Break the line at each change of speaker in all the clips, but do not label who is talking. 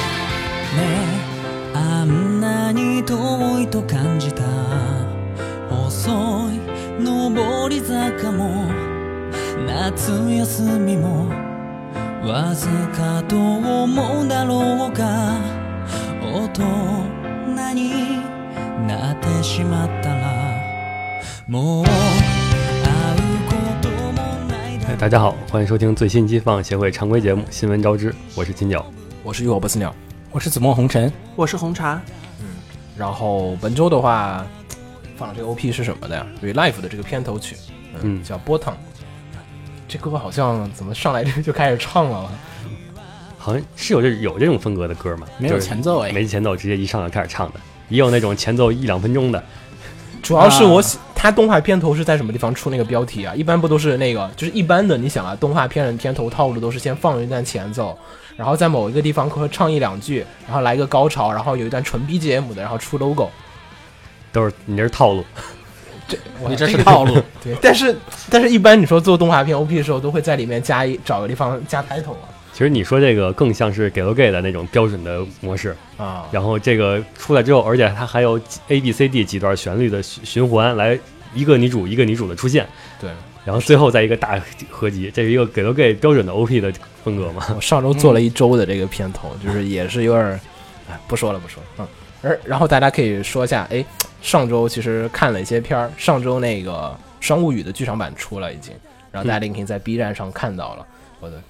ねえあんなに遠いと感じた遅い上り坂も夏休みもわずかと思うだろうが大人になってしまったらもう会うこともないだろ
哎，
う
大家好，欢迎收听最新一期放协会常规节目《新闻招知》，我是金鸟。
我是浴火不死鸟。
我是紫梦红尘，
我是红茶，
嗯然后本周的话，放的这个 OP 是什么的呀？Relive 的这个片头曲，
嗯
叫《波浪》。这歌好像怎么上来就就开始唱了？
好像是有这有这种风格的歌吗？
没有前奏哎，
没前奏，直接一上来开始唱的，也有那种前奏一两分钟的。
主要是我
啊
喜，它动画片头是在什么地方出那个标题啊？一般不都是那个，就是一般的，你想啊，动画片的片头套路都是先放一段前奏，然后在某一个地方可能唱一两句，然后来一个高潮，然后有一段纯 BGM 的，然后出 logo。
都是你这是套路，
这
你这是套路。
对，但是但是一般你说做动画片 OP 的时候，都会在里面加一找个地方加啊 title
其实你说这个更像是给了 gay 的那种标准的模式，
啊啊，
然后这个出来之后，而且它还有 A B C D 几段旋律的循循环，来一个女主一个女主的出现，
对。
然后最后再一个大合集，这是一个给了 gay 标准的 O P 的风格嘛？
我上周做了一周的这个片头，就是也是有点儿，哎，不说了不说了，嗯，而然后大家可以说一下，哎，上周其实看了一些片儿，上周那个《双物语》的剧场版出了已经，然后大家也可以在 B 站上看到了，我的。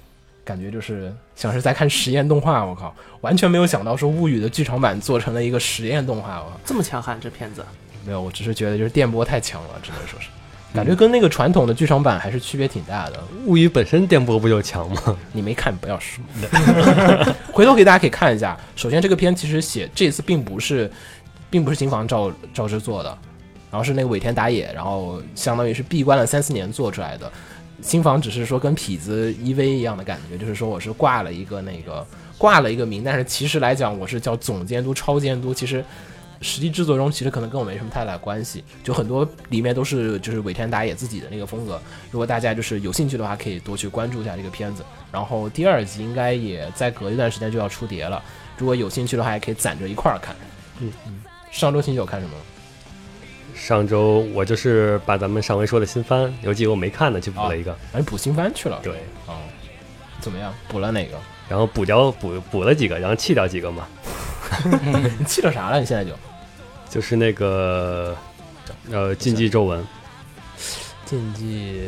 感觉就是像是在看实验动画，我靠，完全没有想到说《物语》的剧场版做成了一个实验动画，我靠
这么强悍这片子，
没有，我只是觉得就是电波太强了，只能说是，感觉跟那个传统的剧场版还是区别挺大的。嗯
物语本身电波不就强吗？
你没看不要说，回头给大家可以看一下。首先，这个片其实写这次并不是，并不是金房照照之做的，然后是那个尾田打野，然后相当于是闭关了三四年做出来的。新房只是说跟痞子 EV 一样的感觉，就是说我是挂了一个那个挂了一个名，但是其实来讲我是叫总监督、超监督，其实实际制作中其实可能跟我没什么太大关系，就很多里面都是就是尾田打野自己的那个风格。如果大家就是有兴趣的话，可以多去关注一下这个片子。然后第二集应该也再隔一段时间就要出碟了，如果有兴趣的话，也可以攒着一块儿看。
嗯
嗯，上周星九看什么？
上周我就是把咱们上回说的新番，有几个我没看的去补了一个，
反正补新番去了。
对，
哦，怎么样？补了哪个？
然后补掉补补了几个，然后弃掉几个嘛，
你气了啥了？你现在就
就是那个呃禁忌皱纹，
竞技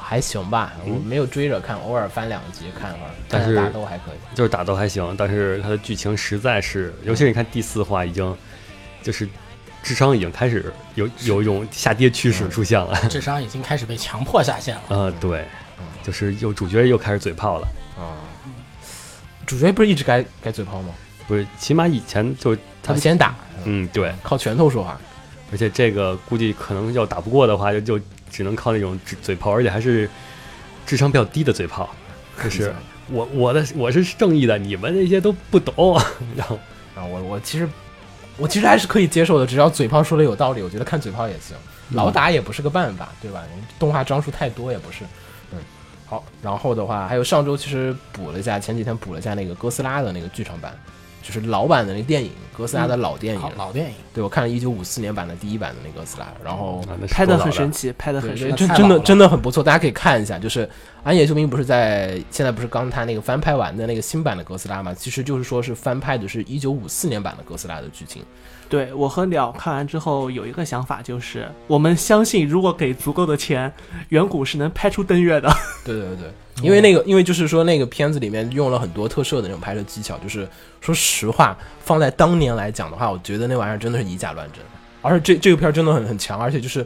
还行吧，我没有追着看，偶尔翻两集看会儿，
但是
看看打斗还可以。
就是打斗还行，但是它的剧情实在是，尤其是你看第四话已经就是。智商已经开始有有一种下跌趋势出现了，
智商已经开始被强迫下线
嗯
了。
啊，对，就是又主角又开始嘴炮了，
啊、主角不是一直改改嘴炮吗？
不是，起码以前就他
他
们，
先打，
嗯，对，
靠拳头说话。
而且这个估计可能要打不过的话，就就只能靠那种嘴嘴炮，而且还是智商比较低的嘴炮，就是
嗯
我我的我是正义的，你们那些都不懂， 然后
啊，我我其实我其实还是可以接受的，只要嘴炮说的有道理，我觉得看嘴炮也行，老打也不是个办法，对吧？动画张数太多也不是，嗯。好，然后的话，还有上周其实补了一下，前几天补了一下那个哥斯拉的那个剧场版，就是老版的那个电影，哥斯拉的嗯老电影，
好，老电影，
对我看了一九五四年版的第一版的那个哥斯拉，然后
啊那是
拍的
多老
很
了
神奇，拍的
对
很
对，
神
那
奇。
真
太
真
老
的
了
真的很不错，大家可以看一下。就是安野秀明不是在现在不是刚他那个翻拍完的那个新版的哥斯拉嘛？其实就是说是翻拍的是一九五四年版的哥斯拉的剧情。
对我和鸟看完之后有一个想法，就是我们相信，如果给足够的钱，远古是能拍出登月的。
对对对，因为那
哦
个因为就是说那个片子里面用了很多特摄的那种拍摄技巧，就是说实话，放在当年来讲的话，我觉得那玩意儿真的是以假乱真。而且这这个片儿真的很很强，而且就是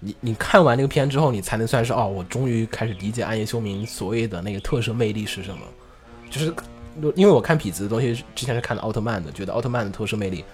你你看完这个片之后，你才能算是哦，我终于开始理解暗夜修明所谓的那个特摄魅力是什么。就是因为我看痞子的东西，之前是看的奥特曼的，觉得奥特曼的特摄魅力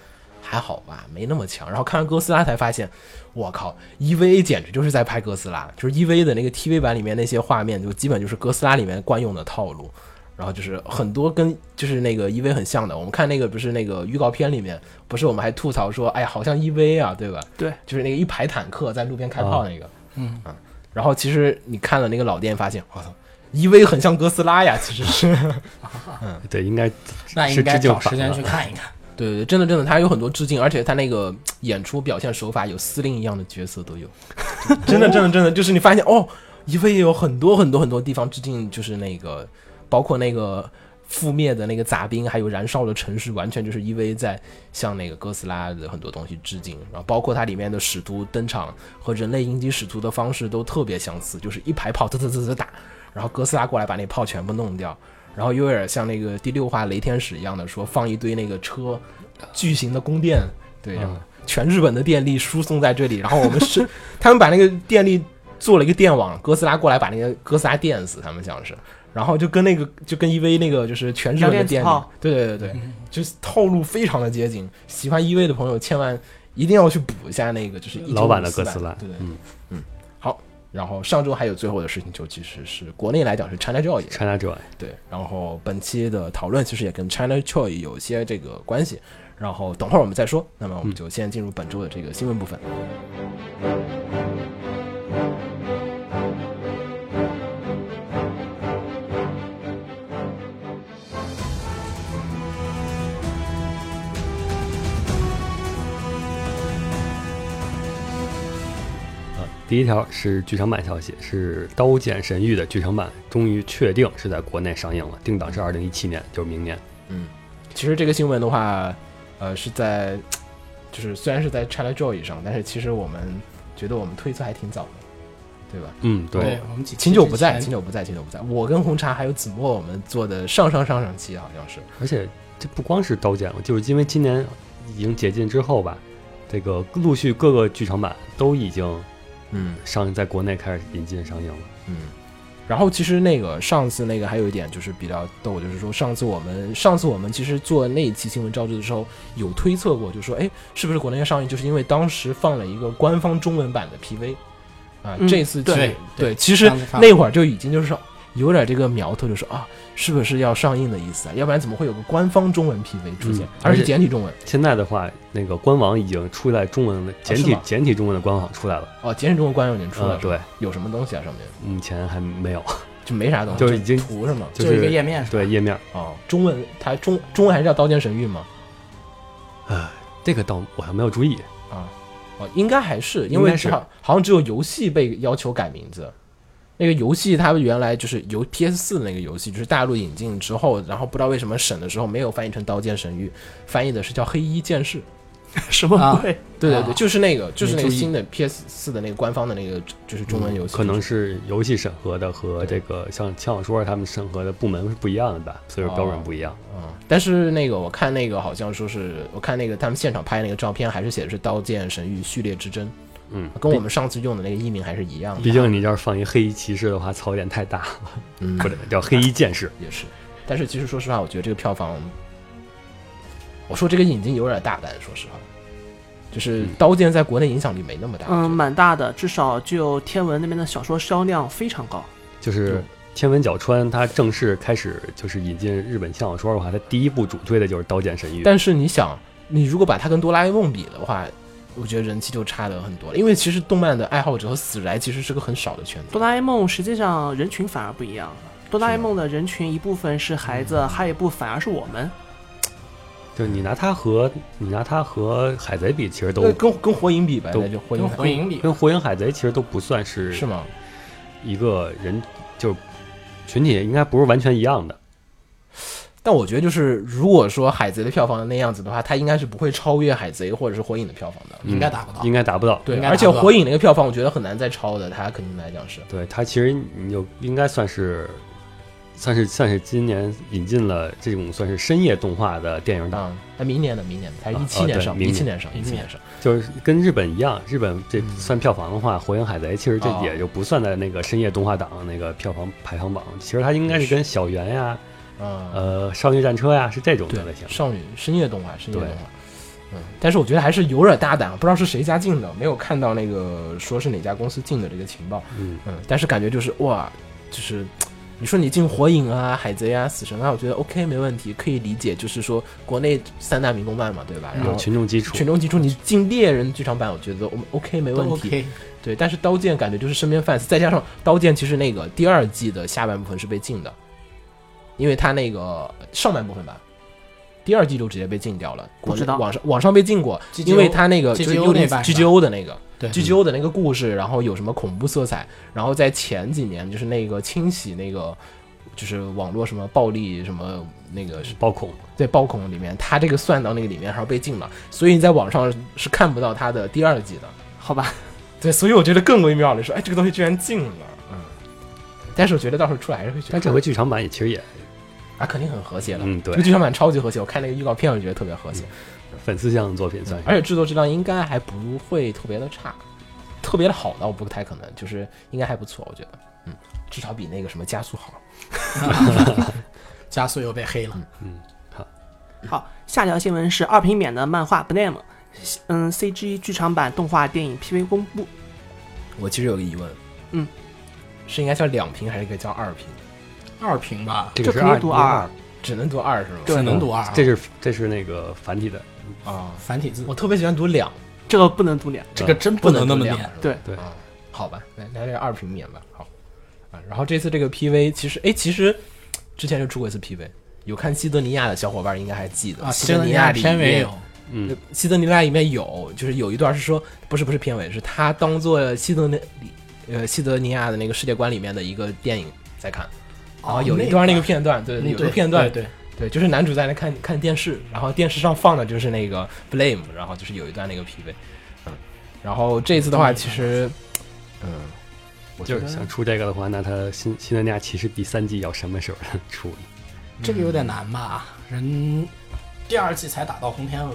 还好吧，没那么强。然后看完哥斯拉才发现，我靠，EVA 简直就是在拍哥斯拉，就是 EVA 的那个 TV 版里面那些画面，就基本就是哥斯拉里面惯用的套路。然后就是很多跟就是那个 EV 很像的，我们看那个不是那个预告片里面，不是我们还吐槽说，哎呀，好像 EV 啊，对吧？
对，
就是那个一排坦克在路边开炮那个，嗯啊。然后其实你看了那个老店，发现我操，EV 很像哥斯拉呀，其实是。
对，应该
那
是
应
致
该
敬
找
反
时间
了
去看一看。
对对，真的真的，他有很多致敬，而且他那个演出表现手法有司令一样的角色都有， 真的真的真的，就是你发现哦，一位有很多很多很多地方致敬，就是那个包括那个覆灭的那个杂兵，还有燃烧的城市，完全就是 EV 在向那个哥斯拉的很多东西致敬，然后包括它里面的使徒登场和人类迎击使徒的方式都特别相似，就是一排炮嘚嘚嘚嘚打，然后哥斯拉过来把那炮全部弄掉。然后又有点像那个第六话雷天使一样的，说放一堆那个车，巨型的供电，对，然后全日本的电力输送在这里，然后我们是他们把那个电力做了一个电网，哥斯拉过来把那个哥斯拉电死，他们像是，然后就跟那个就跟 EV 那个就是全日本的
燃
电
电
力
磁炮，
对对对对，就是套路非常的接近，喜欢 EV 的朋友千万一定要去补一下那个就是1954
老版的哥斯拉
版对对对
嗯
嗯，好。然后上周还有最后的事情，就其实是国内来讲是 China Joy，
China Joy，
对，然后本期的讨论其实也跟 China Joy 有些这个关系，然后等会儿我们再说。那么我们就先进入本周的这个新闻部分。
第一条是剧场版消息，是《刀剑神域》的剧场版终于确定是在国内上映了，定档是二零一七年，就是明年。
其实这个新闻的话，呃，是在就是虽然是在 China Joy 上，但是其实我们觉得我们推测还挺早的，对吧？
嗯，对，
我们几期
秦九不在，
之
秦
前
九不在，秦九不在。我跟红茶还有子墨，我们做的上上上上期好像是，
而且这不光是《刀剑》，就是因为今年已经解禁之后吧，这个陆续各个剧场版都已经
嗯
上在国内开始引进上映了。
嗯。然后其实那个上次那个还有一点就是比较逗，就是说上次我们上次我们其实做那一期新闻招致的时候有推测过，就说哎是不是国内要上映，就是因为当时放了一个官方中文版的 PV 啊，
嗯
这次其实
对
对，其实
上次放
那会儿就已经就是说有点这个苗头，就说啊是不是要上映的意思啊，要不然怎么会有个官方中文 PV 出现，
嗯
而
而且
是简体中文
现在的话，那个官网已经出来中文了，简
是
体、
吗
简体中文的官网出来了。
哦，简体中文官网已经出来
呃，
了，
对，
有什么东西啊上面
目前还没有，
就没啥东西，
就是已经
图是吗？
就
就一个
是
页面是吧？
对页面。
哦，中文它中中文还是叫《刀剑神域》吗？
呃，这个倒我还没有注意。
啊，哦，应该还是因
应
为
该是
好好像只有游戏被要求改名字。那个游戏它原来就是由 PS 四那个游戏，就是大陆引进之后，然后不知道为什么审的时候没有翻译成《刀剑神域》，翻译的是叫《黑衣剑士》。
什么鬼？
对对
啊
对，就是那个，就是那个
没注意
新的 PS 四的那个官方的那个，就是中文游戏，
嗯可能是游戏审核的和这个像轻小说他们审核的部门是不一样的吧，所以说标准不一样。
嗯，但是那个我看那个好像说是，我看那个他们现场拍那个照片，还是写的是《刀剑神域：序列之争》，
嗯，
啊跟我们上次用的那个译名还是一样的。
毕竟你要是放一黑衣骑士的话，槽点太大了，
嗯
不对，叫黑衣剑士。
也是。但是其实说实话，我觉得这个票房，我说这个引进有点大胆，说实话，就是
嗯
《刀剑》在国内影响力没那么大。
嗯，
我觉
蛮大的，至少就天文那边的小说销量非常高。
就是天文角川，它正式开始就是引进日本轻小说的话，它第一部主推的就是《刀剑神域
得。》。但是你想，你如果把它跟《哆啦 A 梦》比的话，我觉得人气就差的很多了。因为其实动漫的爱好者和死宅其实是个很少的圈子。
哆啦 A 梦实际上人群反而不一样，哆啦 A 梦的人群一部分是孩子，还有一部分反而是我们。
就是你拿它和你拿它和海贼比，其实都
那跟跟火影比呗，
都
那就火影
跟火影比，
跟火影海贼其实都不算是
是吗？
一个人，就是群体应该不是完全一样的。
但我觉得就是，如果说海贼的票房那样子的话，它应该是不会超越海贼或者是火影的票房的。
嗯
应该达
啊
不到
应该达不到。
对，
应该
而且
达不到
火影那个票房，我觉得很难再超的，它肯定来讲是。
对它其实你就应该算是，算是算是今年引进了这种算是深夜动画的电影档，
啊，那明年的明年的，它
嗯啊
一七
啊
年
对
上，
明
一七
年
年上，一七年上。
就是跟日本一样，日本这算票房的话，火影海贼》其实这
嗯哦
也就不算在那个深夜动画档那个票房排行榜，其实它应该是跟小圆呀、
啊，
呃少女战车呀是这种
对
的类型，。
少女深夜动画，深夜
对
动画。嗯，但是我觉得还是有点大胆，啊不知道是谁家进的，没有看到那个说是哪家公司进的这个情报。
嗯
嗯，但是感觉就是哇，就是你说你进火影啊、海贼啊、死神啊，我觉得 OK 没问题，可以理解。就是说国内三大民工漫嘛，对吧？然
有
后
群众基础
群，众基础，你进猎人剧场版，我觉得我们 OK 没
都
问题。
OK，
对，但是刀剑感觉就是身边 fans，再加上刀剑其实那个第二季的下半部分是被禁的，因为它那个上半部分吧，第二季就直接被禁掉了。
不知
国内
道
网上网上被禁过，
GGO
因为它那个就是
GGO
幽灵
那版是吧
GGO 的那个
对
GGO 的那个故事，然后有什么恐怖色彩，然后在前几年就是那个清洗那个就是网络什么暴力什么那个
包孔，
在暴恐里面，它这个算到那个里面，然后被禁了，所以你在网上是看不到它的第二季的。
好吧，
对，所以我觉得更微妙的是，哎，这个东西居然禁了，嗯。但是我觉得到时候出来还是会觉得，
但这回剧场版也其实也，
啊肯定很和谐了。
嗯，
这
对
个，剧场版超级和谐，我看那个预告片我就觉得特别和谐，
粉丝向的作品算是，
而且制作质量应该还不会特别的差，特别的好倒不太可能，就是应该还不错，我觉得，嗯，至少比那个什么加速好。 嗯
加速又被黑了。
好，下条新闻是二平免的漫画 Blame，嗯，CG 剧场版动画电影 PV 公布，
我其实有个疑问，
嗯，
是应该叫两屏还是应该叫二屏？
二屏吧，
这个
这
是
肯定
二
读
零
二，
只能读二是吗？
只能读二，
这是这是那个繁体的，
啊，
繁体字，
我特别喜欢读两，
这个不能读脸。
这个真不
呃不
能那
读
么
两
念。，
对
对
啊，好吧，来来这个二平免吧，好啊。然后这次这个 PV 其实，哎，其实之前就出过一次 PV，有看西德尼亚的小伙伴应该还记得
啊，
西
西
德
德尼
亚
亚
里
片尾
面
有，
嗯，
西德尼亚里面有，就是有一段是说，不是不是片尾，是他当做西德尼呃西德尼亚的那个世界观里面的一个电影在看。然
哦
后有一段那个片段，对，
嗯
有一个
对
片段，
对，对
对，就是男主在那看看电视，然后电视上放的就是那个 Blame，然后就是有一段那个 PV，嗯，然后这次的话，其实，嗯，我觉
就
得
是想出这个的话，那他新新的那亚骑士第三季要什么时候 出？
嗯
这个有点难吧？人第二季才打到红天鹅，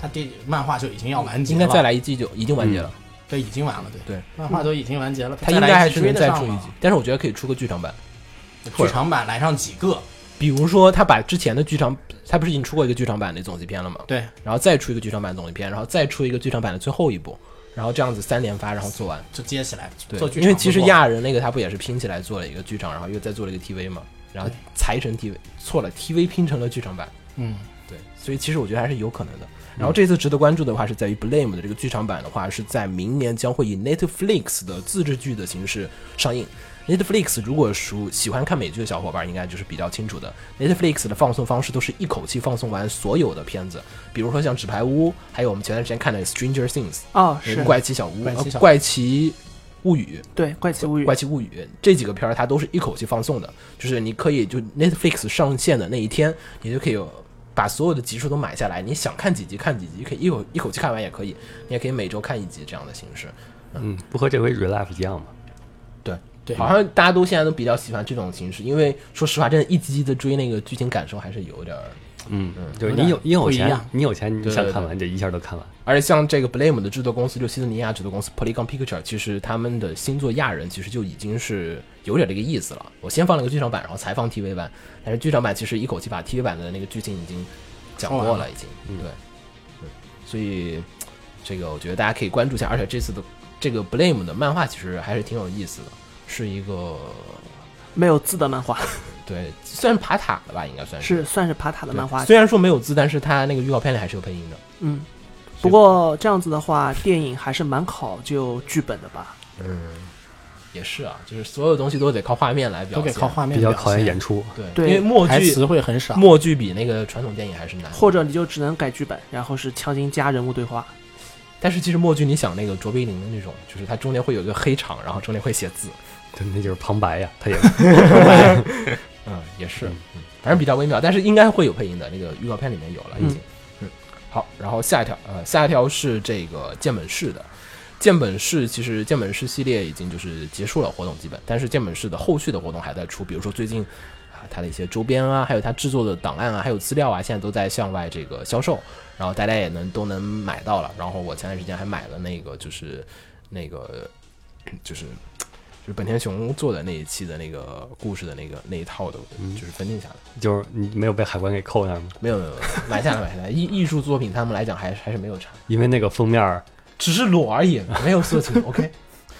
他第漫画就已经要完结
应
了，
该再来一季就已经完结了，
对，已经完了，对
对，
漫画都已经完结了，
他应该还是
追
能
得
再
上
出一
吗
季，但是我觉得可以出个剧场版，
剧场版来上几个，
比如说他把之前的剧场，他不是已经出过一个剧场版的总集篇了吗？
对，
然后再出一个剧场版总集篇，然后再出一个剧场版的最后一部，然后这样子三连发，然后做完。
就接起来
对
做，剧场不错。
因为其实亚人那个他不也是拼起来做了一个剧场，然后又再做了一个 TV 嘛，然后
对
财神 TV 错了，TV 拼成了剧场版，
嗯，
对，所以其实我觉得还是有可能的。然后这次值得关注的话是在于 Blame 的这个剧场版的话是在明年将会以 Netflix 的自制剧的形式上映。Netflix 如果熟喜欢看美剧的小伙伴应该就是比较清楚的，Netflix 的放送方式都是一口气放送完所有的片子，比如说像《纸牌屋》，还有我们前段时间看的《Stranger Things
哦，》、是
《怪奇小屋》、
怪
呃
奇小
《
屋
怪奇物语》。
对《怪奇物语
怪》奇物语》这几个片儿，它都是一口气放送的，就是你可以就 Netflix 上线的那一天，你就可以有把所有的集数都买下来，你想看几集看几集，可以一口一口气看完也可以，你也可以每周看一集这样的形式。
嗯，不和这回 Relife 一样吗？
对，
好像大家都现在都比较喜欢这种形式，因为说实话，真的一集集的追那个剧情感受还是有点儿。
嗯，就是
有
你
点
有你有
不一
钱
样，
你有钱，你
对
想
对
看
对
完这一下都看完。
而且像这个 Blame 的制作公司，就西德尼亚制作公司 Polygon Picture，其实他们的新作《亚人》其实就已经是有点这个意思了。我先放了个剧场版，然后才放 TV 版，但是剧场版其实一口气把 TV 版的那个剧情已经讲
说
过
完
了，已经
嗯
对，对所以这个我觉得大家可以关注一下。而且这次的这个 Blame 的漫画其实还是挺有意思的，是一个
没有字的漫画，
对虽然爬塔的吧，应该算
是算是爬塔的漫画
对。虽然说没有字，但是它那个预告片里还是有配音的。
嗯，不过这样子的话，电影还是蛮考究剧本的吧？
嗯也是啊，就是所有东西都得靠画面来表
都
现，
得靠画面
比较
表
考验
现
演出，
对，
对
因为默
台
剧
词会很少。
默剧比那个传统电影还是难。
或者你就只能改剧本，然后是强行加人物对话。
嗯但是其实默剧，你想那个卓别林的那种，就是它中间会有一个黑场，然后中间会写字，
对，那就是旁白呀，他也
嗯，也是，
嗯
嗯，反正比较微妙，但是应该会有配音的，那个预告片里面有了已
嗯
经。嗯，好，然后下一条，呃，下一条是这个剑本市的。剑本市其实剑本市系列已经就是结束了活动基本，但是剑本市的后续的活动还在出，比如说最近啊它的一些周边啊，还有它制作的档案啊，还有资料啊，现在都在向外这个销售，然后大家也能都能买到了。然后我前段时间还买了那个就是那个就是就是本田雄做的那一期的那个故事的那个那一套的，就是分镜下来。
就是你没有被海关给扣那儿吗？
没有没有， 没有买下来买下来。艺艺术作品他们来讲还是还是没有差，
因为那个封面儿
只是裸而已，没有色情。OK，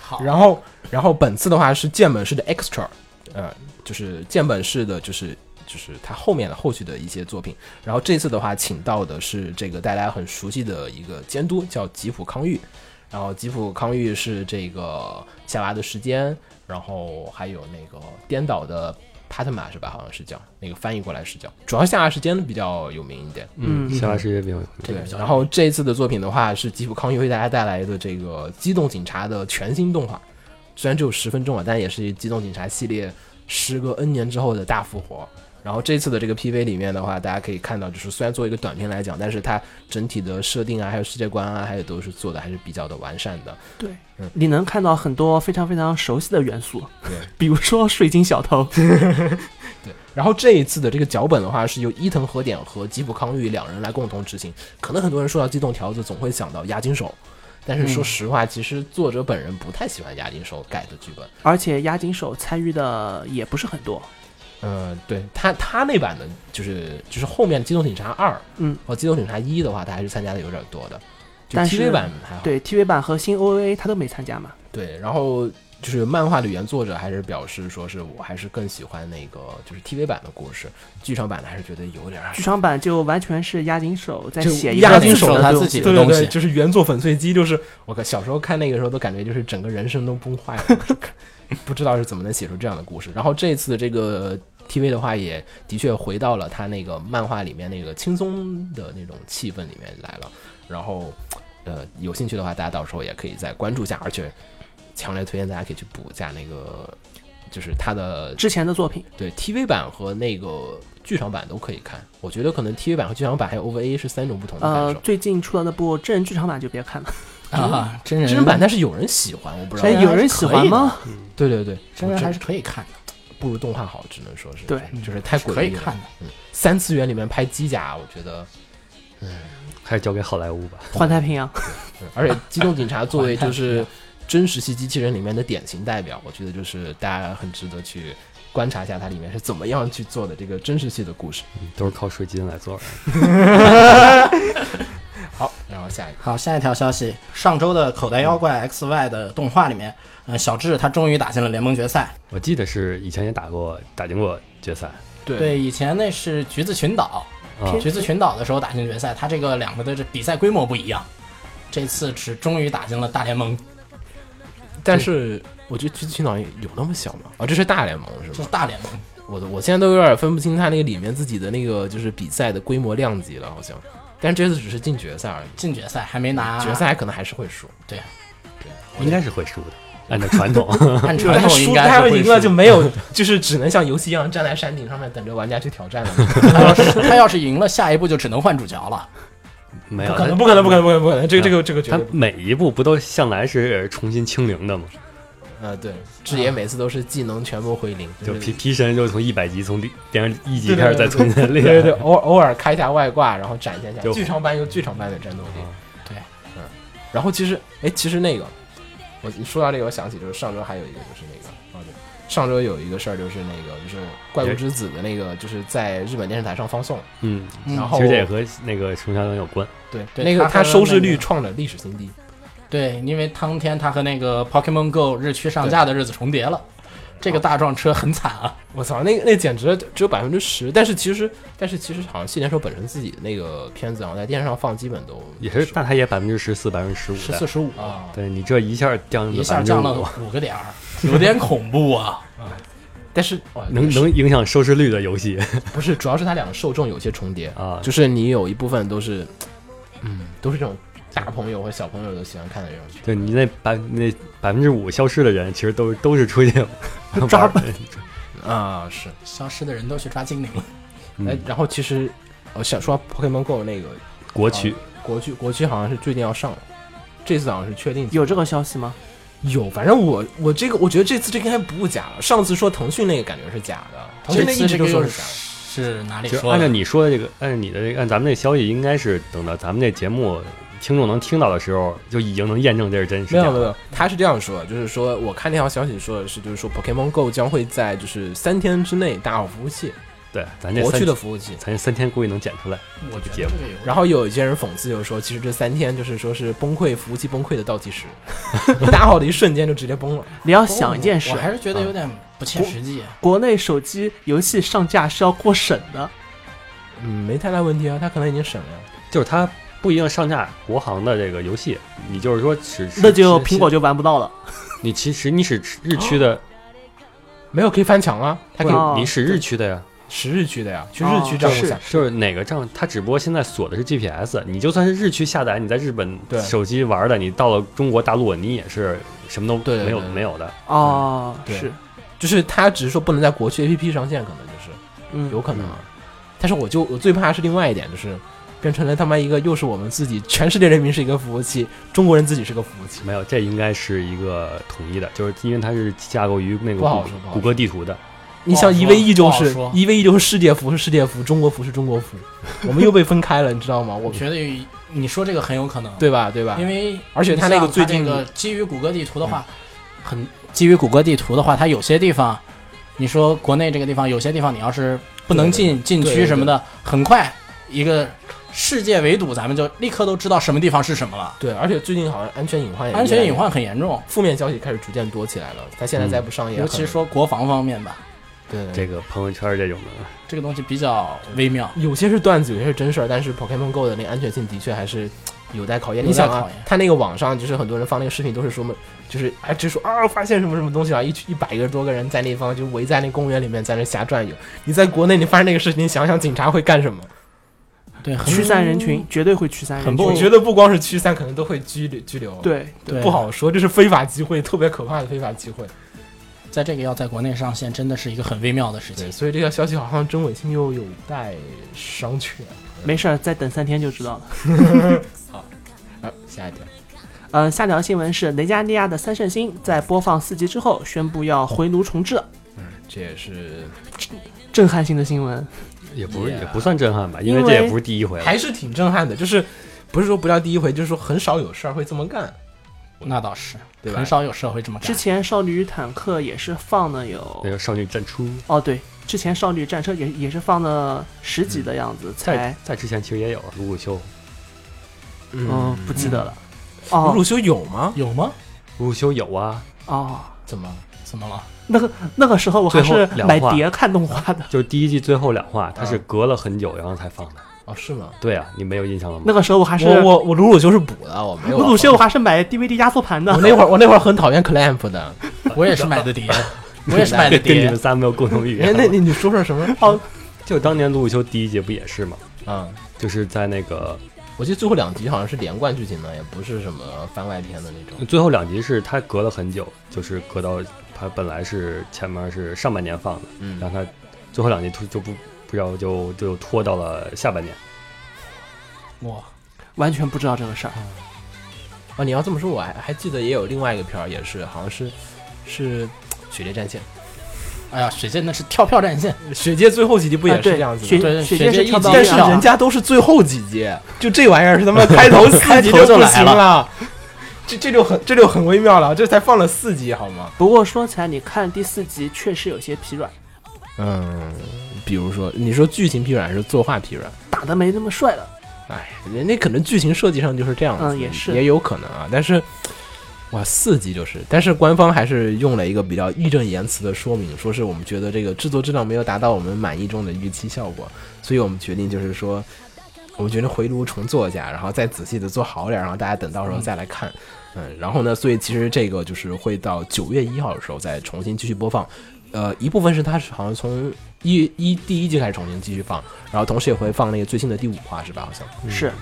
好，
然后然后本次的话是建本式的 extra，呃，就是建本式的就是就是他后面的后续的一些作品。然后这次的话，请到的是这个大家很熟悉的一个监督，叫吉普康裕。然后吉普康裕是这个夏娃的时间，然后还有那个颠倒的。帕特玛是吧？好像是叫那个翻译过来是叫，主要夏娃时间比较有名一点。
嗯，
嗯
希腊世界名
这个比较
然后这一次的作品的话，是吉普康裕为大家带来的这个《机动警察》的全新动画，虽然只有十分钟啊，但也是《机动警察》系列时隔 N 年之后的大复活。然后这次的这个 PV 里面的话，大家可以看到，就是虽然作为一个短片来讲，但是它整体的设定啊，还有世界观啊，还有都是做的还是比较的完善的。
对
嗯，
你能看到很多非常非常熟悉的元素
对，
比如说水晶小偷，
对，然后这一次的这个脚本的话，是由伊藤和典和吉卜康裕两人来共同执行。可能很多人说到机动条子，总会想到押金手，但是说实话，其实作者本人不太喜欢押金手改的剧本。
而且押井守参与的也不是很多。
嗯，对他他那版的，就是就是后面《机动警察二》
嗯
和《机动警察一》的话，他还是参加的有点多的，就
但是
TV 版还好。
对 TV 版和新 OVA 他都没参加嘛。
对，然后就是漫画的原作者还是表示说是我还是更喜欢那个就是 TV 版的故事，剧场版的还是觉得有点儿
剧场版就完全是押井守在
就
写一
押
个
井守
的
他
东
自
西
己
对
的
对
东
对，
西
就是原作粉碎机，就是我靠，小时候看那个时候都感觉就是整个人生都崩坏了， 不知道是怎么能写出这样的故事。然后这次的这个 TV 的话，也的确回到了他那个漫画里面那个轻松的那种气氛里面来了。然后，呃，有兴趣的话，大家到时候也可以再关注一下，而且强烈推荐大家可以去补一下那个，就是他的
之前的作品。
对 TV 版和那个剧场版都可以看。我觉得可能 TV 版和剧场版还有 OVA 是三种不同的感
呃
受，。
最近出了那部真人剧场版就别看了，
啊，真人
嗯真人版，但是有人喜欢，我不知道
哎，。
人
有人喜欢吗？
嗯
对对对，
真人
我
还
真
是可以看的，
不如动画好，只能说是
对
就是就是太诡异了。
可以看的。
三次元里面拍机甲，我觉得，
还是交给好莱坞吧。
环太平洋，
嗯而且《 机动警察》作为就是真实系机器人里面的典型代表，我觉得就是大家很值得去观察一下它里面是怎么样去做的这个真实系的故事。
嗯都是靠水晶来做的。
好， 然后下一个，
好，下一条消息，上周的《口袋妖
嗯
怪 XY》的动画里面，呃，小智他终于打进了联盟决赛。
我记得是以前也打过，打进过决赛。
对嗯
对，以前那是橘子群岛，
啊
橘子群岛的时候打进决赛，他这个两个的这比赛规模不一样，这次只终于打进了大联盟，
但是我觉得橘子群岛有那么小吗？啊，这是大联盟是
这
吗
是？大联盟。
我的我现在都有点分不清它那个里面自己的那个就是比赛的规模量级了，好像。但是这次只是进决赛而已。
进决赛还没拿
决，赛可能还是会输。
对，
应该是会输的，按照传统。
按
对
传统应
他
该是
要
会
赢
输
了就没有，就是只能像游戏一样站在山顶上面等着玩家去挑战了。
他要是 他要是赢了，下一步就只能换主角了。
没有
不 可能，不可能，不可能，不可能，不可能！这个，这个，这个绝
他
对不。
每一步不都向来是重新清零的吗？
呃，对，志野每次都是技能全部回零，
就是皮皮神就从一百级从零变成一级
对对
开始再重新
对
练。啊
对对，偶尔偶尔开一下外挂，然后展现一下。
就
剧场版有剧场版的战斗力
啊，
对，
嗯。然后其实，哎，其实那个，我你说到这个，我想起就是上周还有一个就是那个，哦对，上周有一个事儿就是那个就是《怪物之子》的那个就是在日本电视台上放送，
嗯，
嗯
然后
其实这也和那个冲销量有关。
对
对
那个
它和
它收视
那
率
个
创了历史新低。
对，因为当天他和那个 Pokemon Go 日区上架的日子重叠了，这个大撞车很惨啊。
我操，那个那简直只有百分之十，但是其实但是其实好像细田守本身自己的那个片子，然后在电视上放，基本都
也是，但它也百分之十四、百分之十五
十
的
四。十五，
啊，
对你这一下降
一下降了
5%
五个点儿，有点恐怖啊！
但是哇
能能影响收视率的游 戏
不是，主要是它两个受众有些重叠，
啊，
就是你有一部分都是，嗯，都是这种大朋友和小朋友都喜欢看的这种剧，
对你那百那百分之五消失的人，其实都都是出 去玩
抓
本。
哎啊，是，
消失的人都去抓精灵了，
嗯
哎，然后其实我想说 Pokemon Go 那个
国区
国区国区好像是最近要上了，这次好像是确定
有这个消息吗？
有，反正我我这个我觉得这次这个应该不假了，上次说腾讯那个感觉是假的，腾讯那一
次
直
这
都
个
说
又
是假的。
是哪里
其实
说
按照
的？
你说的这个，按照你的这个，按咱们这消息，应该是等到咱们这节目听众能听到的时候，就已经能验证这是真是
没
假
有没
了。
有，他是这样说，就是说我看那条消息说的是，就是说 Pokemon Go 将会在就是三天之内打好服务器，
对，咱这
国
三
区的服务器。
咱这三天估计能剪出来。
我觉得这
节目
个有。
然后有一些人讽刺，就是说，其实这三天就是说是崩溃服务器崩溃的倒计时，打好的一瞬间就直接崩了。
你要想一件事
哦我，还是
嗯
觉得有点不切实际。
国内手机游戏上架是要过审的，
嗯，没太大问题啊，他可能已经审了。
就是它不一定上架国行的这个游戏，你就是说只
那就苹，
只
果就玩不到了。
只你其实你使日区的，
没有可以翻墙啊，他可以
哦
你使日区的呀，
十日区的呀，去日
哦
区账户
是
下。
就是哪个账，它只不过现在锁的是 GPS，你就算是日区下载，你在日本
对
手机玩的，你到了中国大陆，你也是什么都
对对
没有
对
没有的。
哦，
对
是，
就是他只是说不能在国区 APP 上线，可能就是
嗯，
有可能啊。但是我就我最怕是另外一点，就是变成了他妈一个又是我们自己，全世界人民是一个服务器，中国人自己是个服务器。
没有，这应该是一个统一的，就是因为它是架构于那个
不好
谷
说不好
谷歌地图的。
你想
不好
一
说
v 一就
哦不好
是
说
一 v 一就是世界服是世界服，中国服是中国服，我们又被分开了，你知道吗？我
我觉得有你说这个很有可能，，
嗯对吧？对吧
嗯因？为
而且它那个最近嗯
你像它这个基于谷歌地图的话，很基于谷歌地图的话，它有些地方，你说国内这个地方有些地方你要是不能进禁
对
区
对
什么的，很快一个世界围堵，咱们就立刻都知道什么地方是什么了。
对，而且最近好像安全隐患也
安全隐
越来
患很严重，
越负面消息开始逐渐多起来了，他现在再不上也
尤其
很
是说国防方面吧，
对对
这
对
个朋友圈这种的，
这个东西比较微妙。
有些是段子，有些是真事儿，但是 Pokemon Go 的那个安全性的确还是有待考验。
有
你
待
想啊
考验，
他那个网上就是很多人放那个视频，都是说嘛，就是哎，直说啊，发现什么什么东西了，一群一百个多个人在那方就围在那公园里面在那瞎转悠。你在国内你发生那个事情，你想想警察会干什么？
对，很
驱散人群，绝对会驱散人
很
群。
不
我觉得不光是驱散，可能都会拘留拘留。，
对，
对，
不。好说，这是非法集会，特别可怕的非法集会。
在这个要在国内上线，真的是一个很微妙的事情
对，。所以这条消息好像真伪性又有待商榷。
没事儿，再等三天就知道了。
啊，下一条，
嗯，下条新闻是雷加利亚的三圣星在播放四集之后宣布要回炉重置，
这也是
震撼性的新闻。
也不是
Yeah
也不算震撼吧，因
因
为
为
这也不是第一回了。
还是挺震撼的，就是不是说不叫第一回，就是说很少有事儿会这么干，
那倒是，
对吧？
很少有社会这么干
之。前少女与坦克也是放了有
那，个少女战出，
哦对，之前少女战车也也是放了十集的样子，
在
才
在之前其实也有鲁鲁修，
嗯不记得了。
鲁
哦
鲁修有吗？
有吗？
鲁鲁修有啊，
哦，
怎么？
怎么了？
那个那个时候我还
最
是
后两
买
话
碟看动画的，
就是第一季最后两话，它是
啊
隔了很久然后才放的。
哦，是吗？
对啊，你没有印象了吗？
那个时候我还是
我我我鲁鲁修是补的，我没有。
鲁鲁修我还是买 DVD 压缩盘的
我。那会儿我那会儿很讨厌 clamp 的，
我也是买的碟，我也是买 的
跟跟你
碟
们。仨没有共同语
哎，
言。
那那你说说什么？
哦，
就当年鲁鲁修第一季不也是吗？
啊，
就是在那个
我记得最后两集好像是连贯剧情的，也不是什么番外篇的那种。
最后两集是他隔了很久，就是隔到他本来是前面是上半年放的，
嗯
然后他最后两集突就不不知道就就拖到了下半年。
哇，
完全不知道这个事儿。
啊，你要这么说，我还还记得也有另外一个片儿，也是好像是是血界战线，
哎呀，水界那是跳票战线，
血界最后几集不也
啊
是
对
这样子吗？
血
对
血
血
界
界
是
一
跳
级
但
到
对
是
啊
人家都是最后几集，就这玩意儿是他妈开 头四集
头就
不
来
行
了
了，这这就很这就很微妙了，这才放了四集好吗？
不过说起来，你看第四集确实有些疲软，
嗯，比如说你说剧情疲软还是作画疲软？
打的没那么帅了。
哎，人家可能剧情设计上就是这样子，
嗯也是
也有可能啊，但是。哇，四集就是，但是官方还是用了一个比较义正言辞的说明，说是我们觉得这个制作质量没有达到我们满意中的预期效果，所以我们决定就是说，我们决定回炉重做一下，然后再仔细的做好点儿，然后大家等到时候再来看。嗯，然后呢，所以其实这个就是会到九月一号的时候再重新继续播放，呃，一部分是它是好像从一一第一季开始重新继续放，然后同时也会放那个最新的第五话是吧？好像
是，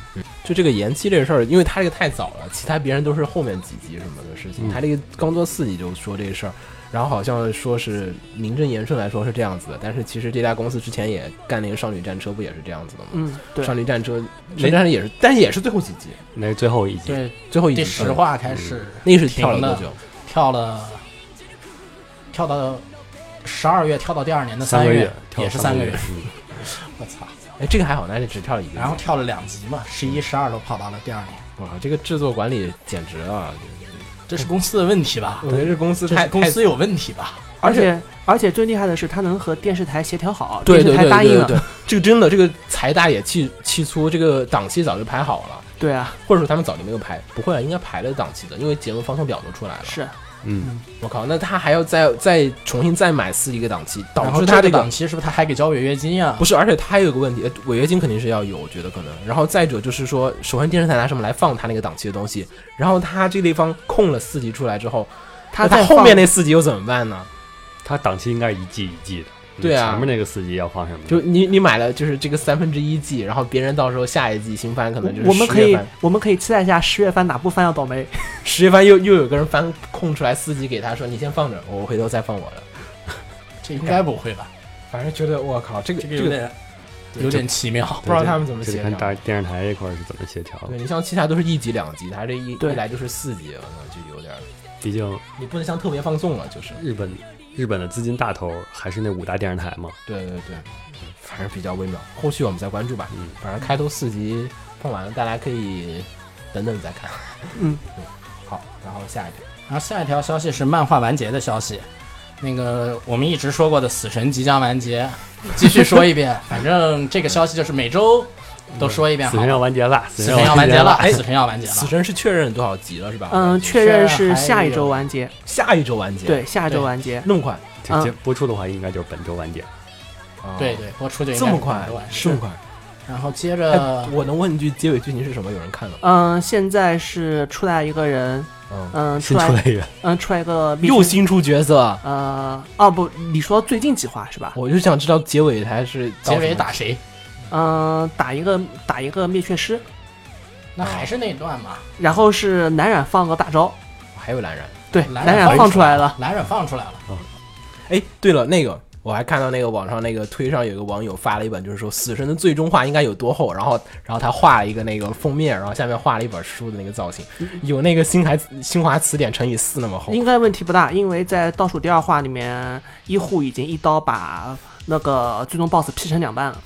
就这个延期这个事儿，因为他这个太早了，其他别人都是后面几集什么的事情，
嗯
他这个刚做四集就说这个事儿，然后好像说是名正言顺来说是这样子的，但是其实这家公司之前也干那个少女战车，不也是这样子的吗？
嗯，对
少，女战车，少女战车也是，但也是最后几集，
那是最后一集，
对，
最后一集
第十，话开始
嗯那个是跳了
停的
多久？
跳了，跳到十二月，跳到第二年的
三
月
月，跳
也是
三
个
月
月。。
嗯
我操，
哎，这个还好，那是只跳了一个。
然后跳了两级嘛，十一、十二都跑到了第二年，
哇，这个制作管理简直了，
这是公司的问题吧？
我觉得这公司
这
太
是公
太
司有问题吧？
而且而且最厉害的是，他能和电视台协调好，
对
电
对
视台
对
答应
对
了，
对，这个真的这个财大也气气粗，这个档期早就排好了，
对啊，
或者说他们早就没有排，不会啊，应该排了档期的，因为节目发送表都出来了。
是
嗯，
我靠，那他还要再再重新再买四一个档期，导
然后
致
这
他
个
这个
档期是不是他还给交违约金呀？
不是，而且他还有一个问题，呃违约金肯定是要有，我觉得可能。然后再者就是说，首先电视台拿什么来放他那个档期的东西，然后他这个地方空了四集出来之后，
他
那
在
他后面
那
那四集又怎么办呢？
他档期应该一季一季的。嗯
对啊
前面那个四季要放什么？
就你你买了就是这个三分之一季，然后别人到时候下一季新番可能就是
我们
10
可
月
以
份
我们可以期待一下十月番哪部番要倒霉，
十月番又又有个人翻空出来四集给他说你先放着，我回头再放我的。
这应该不会吧？
反正觉得我靠，这个
这个有点有点奇妙。
不知道他们怎么
这
协
得
调
看。大电视台这块儿是怎么协调
啊
的
对。你像其他都是一集两集，他这一
对
一来就是四集，那就有点儿
毕竟
你不能像特别放纵了，就是
日本日本的资金大头还是那五大电视台嘛。
对对对，嗯反正比较微妙，后续我们再关注吧。
嗯，
反正开头四集放完了，大家可以等等再看。
嗯
好，然后下一个，
然后下一条消息是漫画完结的消息，那个我们一直说过的《死神》即将 完结，继续说一遍。反正这个消息就是每周
嗯
都说一遍
死
好
神要
了。
完结了，死
死神要完结了，死神要完结
哎死
了。
神是确认多少集了是吧？
嗯，确认是下一周完结，
下一周完结，，
对，下一周
对
完结，
那么快，
这
嗯
节播出的话，应该就是本周完结。
啊
对，对，播出就应
这
该
么
是
快
本周完，
这么
是。呃
快。
然后接
哎
着，
我能问一句结尾剧情是什么？有人看了吗？
嗯，现在是出来一个人，
嗯，
嗯，出
新出
来
来一个，
嗯出来一个
又
新，
新出角色，
呃，哦不，你说最近几话是吧？
我就想知道结尾还是
结尾打谁？
嗯，打一个打一个灭却师，
那还是那一段嘛，
然后是蓝染放个大招，
还有蓝染。
对，
蓝
蓝
染
染放出来了。
蓝染放出来了。
哎，对了，那个我还看到那个网上那个推上有个网友发了一本，就是说死神的最终话应该有多厚，然后然后他画了一个那个封面，然后下面画了一本书的那个造型，有那个新海新华词典乘以四那么厚。
应该问题不大，因为在倒数第二话里面，一护已经一刀把那个最终 BOSS 劈成两半了。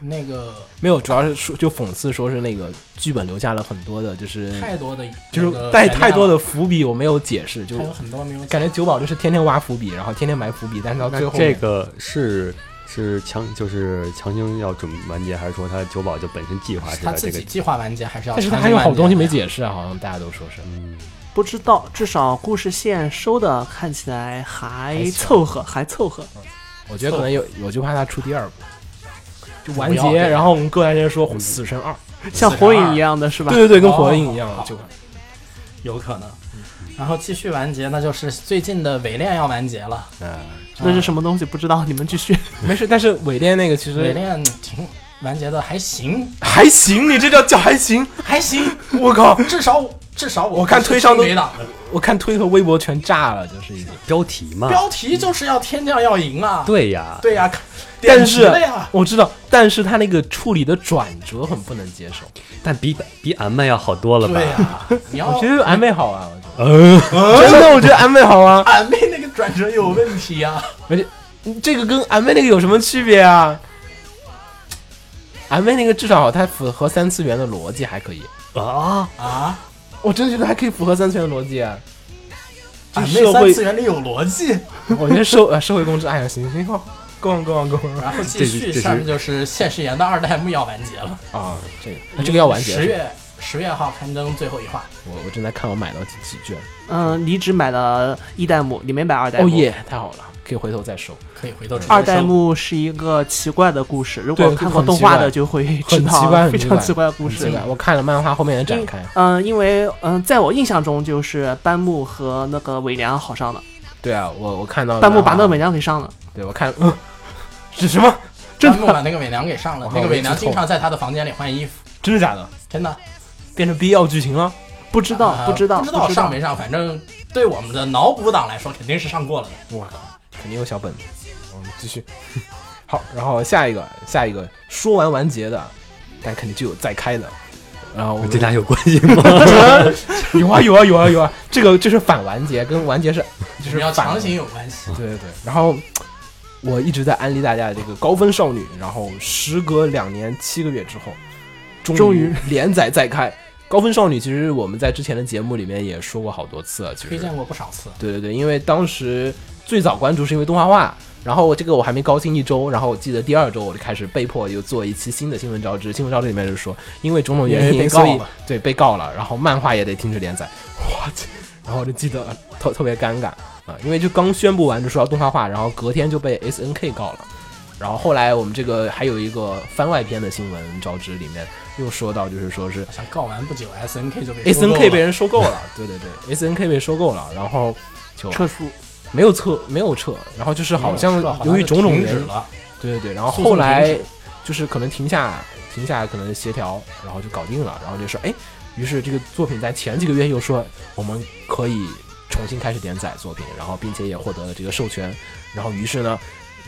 那个
没有，主要是说就讽刺说是那个剧本留下了很多的，就是
太多的
嗯就是带太多
的，
的伏笔，我没有解释，就
还有很多没有
感觉九保就是天天挖伏笔，然后天天埋伏笔，但是到最后
这个是是强就是强行要准完结，还是说他九保就本身计划是
他
在
自
啊这个
己？计划完结还是要
但是
强行
他
完结的呀，
还有好东西没解释啊，好像大家都说是。
嗯，
不知道，至少故事线收的看起来还凑合，还凑合。
我觉得可能有，我就怕他出第二部，就完
不要
结，
对
然后我们各来人说《死神二》，
像火影一样哎的是啊吧？
对对对，跟
哦
火影一样，
好
就
有可能。然后继续完结，那就是最近的伪恋要完结了。
呃
那是什么东西不知道，你们继续。
没事。但是尾恋那个其
伪
实
恋挺完结的还行，
还行，你这叫叫还 行。
还行，
我靠，
至少至少我
我看
不是
推上都
清水
嗯
党的
我看推和微博全炸了，就是已经。
标题嘛，
标题就是要天降要赢啊！
对呀，
对呀，
但
点
是
题了呀，
我知道，但是他那个处理的转折很不能接受。
但比比俺们要好多了吧
对？呀， 你要
我觉得安倍好啊，我觉
嗯，
得 真的，我觉得安倍好啊。
俺妹那个转折有问题啊呀。
而且嗯这个跟安倍那个有什么区别啊？安倍那个至少它符合三次元的逻辑还可以。
啊，
啊，
我真觉得还可以符合三次元的逻辑啊。就
俺妹
社
三
会
次，元里有 逻辑。
我觉得社呃社会公知，哎呀，行行好， 够了够了够了
然后继
这是
续
这是
下面就是现实言的二代目要完结了，
啊！这个那这个要完结，
十月十月号刊登最后一话，
我我正在看我买到几几卷，
嗯，你只买了一代目，你没买二代
哦
目。
耶，太好了，可以回头再收，
可以回头直接
二代
收
目是一个奇怪的故事，如
对
果看过动画的就会知
很奇怪
道，非常奇怪的故
很
事
奇。怪，我看了漫画后面的展开，
嗯，因为嗯，在我印象中就是班木和那个尾良好上了，
对啊，我我看到
班木把那个
美，
尾良给上了。
对我看，嗯，是什么？真
弹幕把那个伪娘给上了
哇，
那个伪娘
我一直
经常在他的房间里换衣服，
真的假的？
真的
变成 B 要剧情了？
不知
啊
道，不知道，
不知道上没上，反正对我们的脑补党来说肯定是上过了的。
我靠，肯定有小本子。我们继续。 好，然后下一个，下一个说完完结的，但肯定就有再开的。然后我们
这俩有关系吗？
有啊有啊有啊有啊，这个就是反完结，跟完结是就是
你要
反
强行有关系，
对对对。然后我一直在安利大家这个《高分少女》，然后时隔两年七个月之后，
终
终
于
于连载再开。《高分少女》其实我们在之前的节目里面也说过好多次了，其
推
实
荐过不少次。
对对对，因为当时最早关注是因为动画化，然后这个我还没高兴一周，然后我记得第二周我就开始被迫又做一期新的新闻招致，新闻招致里面就说因为种种原
因为
因，
被告
所以
了
对被告了，然后漫画也得停止连载， 我去，然后我就记得特特别尴尬啊，因为就刚宣布完就说要动画化，然后隔天就被 S N K 告了。然后后来我们这个还有一个番外篇的新闻招致里面又说到，就是说是
好像告完不久，S N K 就被
S
收
N
购
K
了
被人收购了，对对对，S N K 被收购了，然后就
撤出，
没有撤，没有撤，然后就是好像由于种种
停
原
止
因，
了，
对对对，然后
诉讼
后来
停止
就是可能停下停下，可能协调，然后就搞定了，然后就说，哎，于是这个作品在前几个月又说我们可以重新开始连载作品，然后并且也获得了这个授权，然后于是呢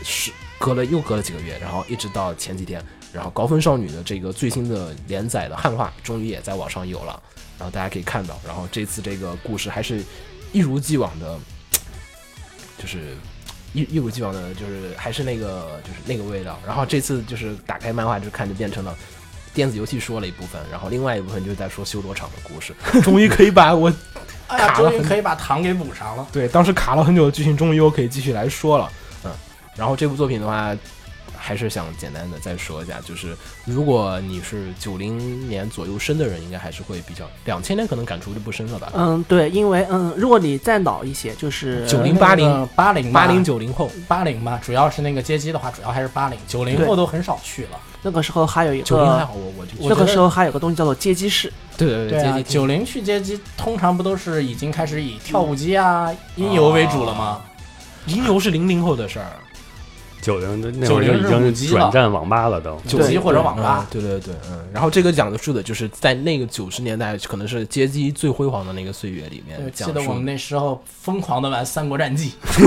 是隔了又隔了几个月，然后一直到前几天，然后高分少女的这个最新的连载的汉化终于也在网上有了，然后大家可以看到，然后这次这个故事还是一如既往的，就是一一如既往的，就是还是那个就是那个味道。然后这次就是打开漫画就看，就变成了电子游戏说了一部分，然后另外一部分就是在说修罗场的故 事。终于可以把我
哎呀，
卡了
终于
很
可以把糖给补上了。
对当时卡了很久的剧情，终于又可以继续来说了。嗯，然后这部作品的话。还是想简单的再说一下，就是如果你是九零年左右生的人，应该还是会比较两千年可能感触就不深了吧？
嗯，对，因为嗯，如果你再老一些，就是
九零八零
八零
八零九零后，
八零吧，主要是那个街机的话，主要还是八零，九零后都很少去了。
那个时候还有一
九零还
个
好，我我就
我
那
觉
个
得
时候还有个东西叫做街机室，
对对
对
接
啊
地，气
九零去街机通常不都是已经开始以跳舞机啊、
嗯
音游为主了吗？
银
啊
游是零零后的事儿，啊
九零的那会儿就
90是
已
五 G
经
了
转战网吧了都。
九级或者网
嗯，
吧
对对对，嗯。然后这个讲的述的就是在那个九十年代，可能是街机最辉煌的那个岁月里面讲
对，呃记
述
得
的。
我们那时候疯狂的玩《三国战记》，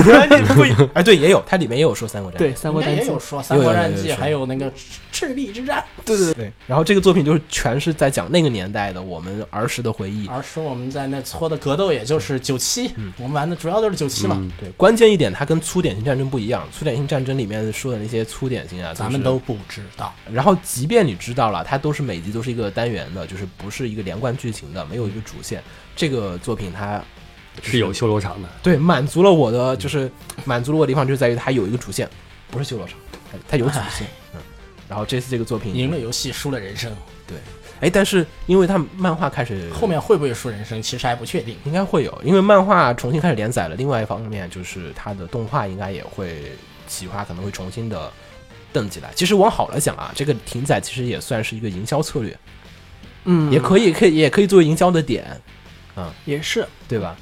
哎，对，也有，它里面也有说三国战。
对，三
应
国
该
战
也
记
有，说《三国战
有有有
记
有》，
还有那个赤壁之战。
对对对。然后这个作品就是全是在讲那个年代的我们儿时的回忆。
而是我们在那搓的格斗，也就是九七，我们玩的主要都是九七嘛。
嗯，
对，关键一点，它跟粗点型战争不一样。粗点型战争里面说的那些粗点型啊，
咱们
就是
都不知道，
然后即便你知道了，它都是每集都是一个单元的，就是不是一个连贯剧情的，没有一个主线。这个作品它
是有修罗场的。
对满足了我
嗯
的，就是满足了我的地方，就在于它有一个主线，不是修罗场，它它有主
啊
线。嗯，然后这次这个作品
哎赢了，游戏，输了人生。
哎，但是因为它漫画开始
后面会不会输人生，其实还不确定。
应该会有，因为漫画重新开始连载了。另外一方面就是它的动画应该也会企划可能会重新的蹬起来。其实往好了讲啊，这个停载其实也算是一个营销策略。
嗯，
也可以，可以也可以作为营销的点，
也是。
对吧？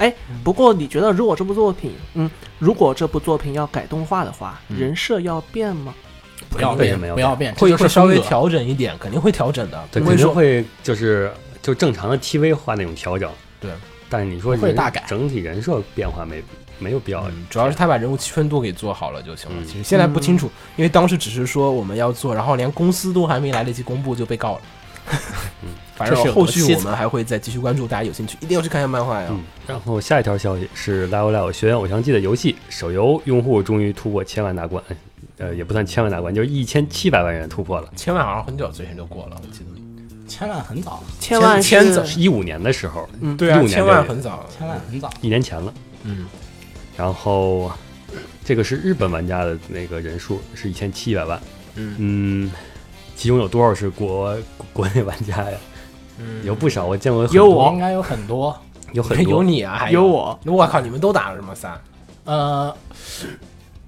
不过你觉得，如果这部作品，嗯，如果这部作品要改动画的话，
嗯
人设要变吗？
不要
对
变
没，有
不要变，
会
这就
会
是
稍微
风格。
调整一点，肯定会调整的，
对，
不
肯
会
定
说
会就是就正常的 TV 化那种调整。
对，
但是你说
不会
人
大改
整体人设变化没没有必要。
嗯主要是他把人物区分度给做好了就行了。
嗯
其实现在不清楚，因为当时只是说我们要做，然后连公司都还没来得及公布就被告了。 反
这是
正
有
后
多
续
凄
我们还会再继续关注，大家有兴趣一定要去看一下漫画呀。
嗯，然后下一条消息是《Live Live 学员偶像季》的游戏手游用户终于突破千万大关，呃，也不算千万大关，就是一千七百万人突破了。
千万好像很早之前就过了，我记得。
千万很早，
千万
千
是
千
是一五年的时候，
嗯
对啊15年
千万很早。
千万很早。
一年前了。
嗯，
然后这个是日本玩家的那个人数是一千七百万。
嗯
嗯，其中有多少是国国内玩家呀？
嗯
有不少，我见过很
有
多
我
应该有很多。
有很多
有你啊，还
有。我，
我靠，你们都打了什么三？
呃，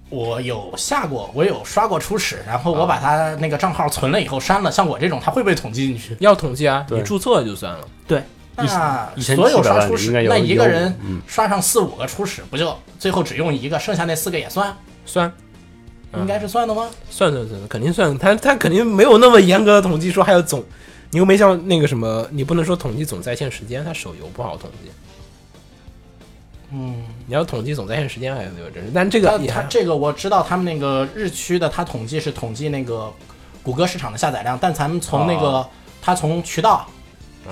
我有下过，我有刷过初始，然后我把他那个账号存了以后删了。像我这种，他会不会统计进去？
要统计啊，
对
你注册就算了。
那
一千
所有
七百
刷
万
初
里
始
应该，有
那一个人
有嗯
刷上四五个初始，不就最后只用一个，剩下那四个也算？
算嗯
应该是算的吗？
算算算，肯定算。他他肯定没有那么严格的统计说还有总，你又没像那个什么，你不能说统计总在线时间，它手游不好统计。
嗯，
你要统计总在线时间还有有真是，但这个
但
也
他
还
这个我知道，他们那个日区的，他统计是统计那个谷歌市场的下载量，但咱们从那
啊
个他从渠道，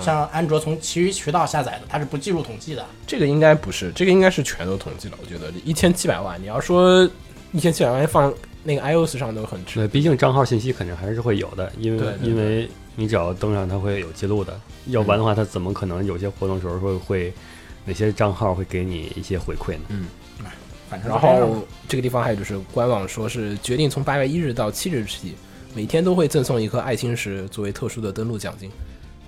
像安卓从其余渠道下载的，它是不计入统计的。
这个应该不是，这个应该是全都统计了。我觉得一千七百万，你要说一千七百万放那个 iOS 上都很吃。
对，毕竟账号信息肯定还是会有的，因为
对对
因为你只要登上，它会有记录的。要不然的话，它怎么可能有些活动时候会会哪些账号会给你一些回馈呢？
反正
然后这个地方还有就是官网说是决定从八月一日到七日起，每天都会赠送一颗爱心石作为特殊的登录奖金。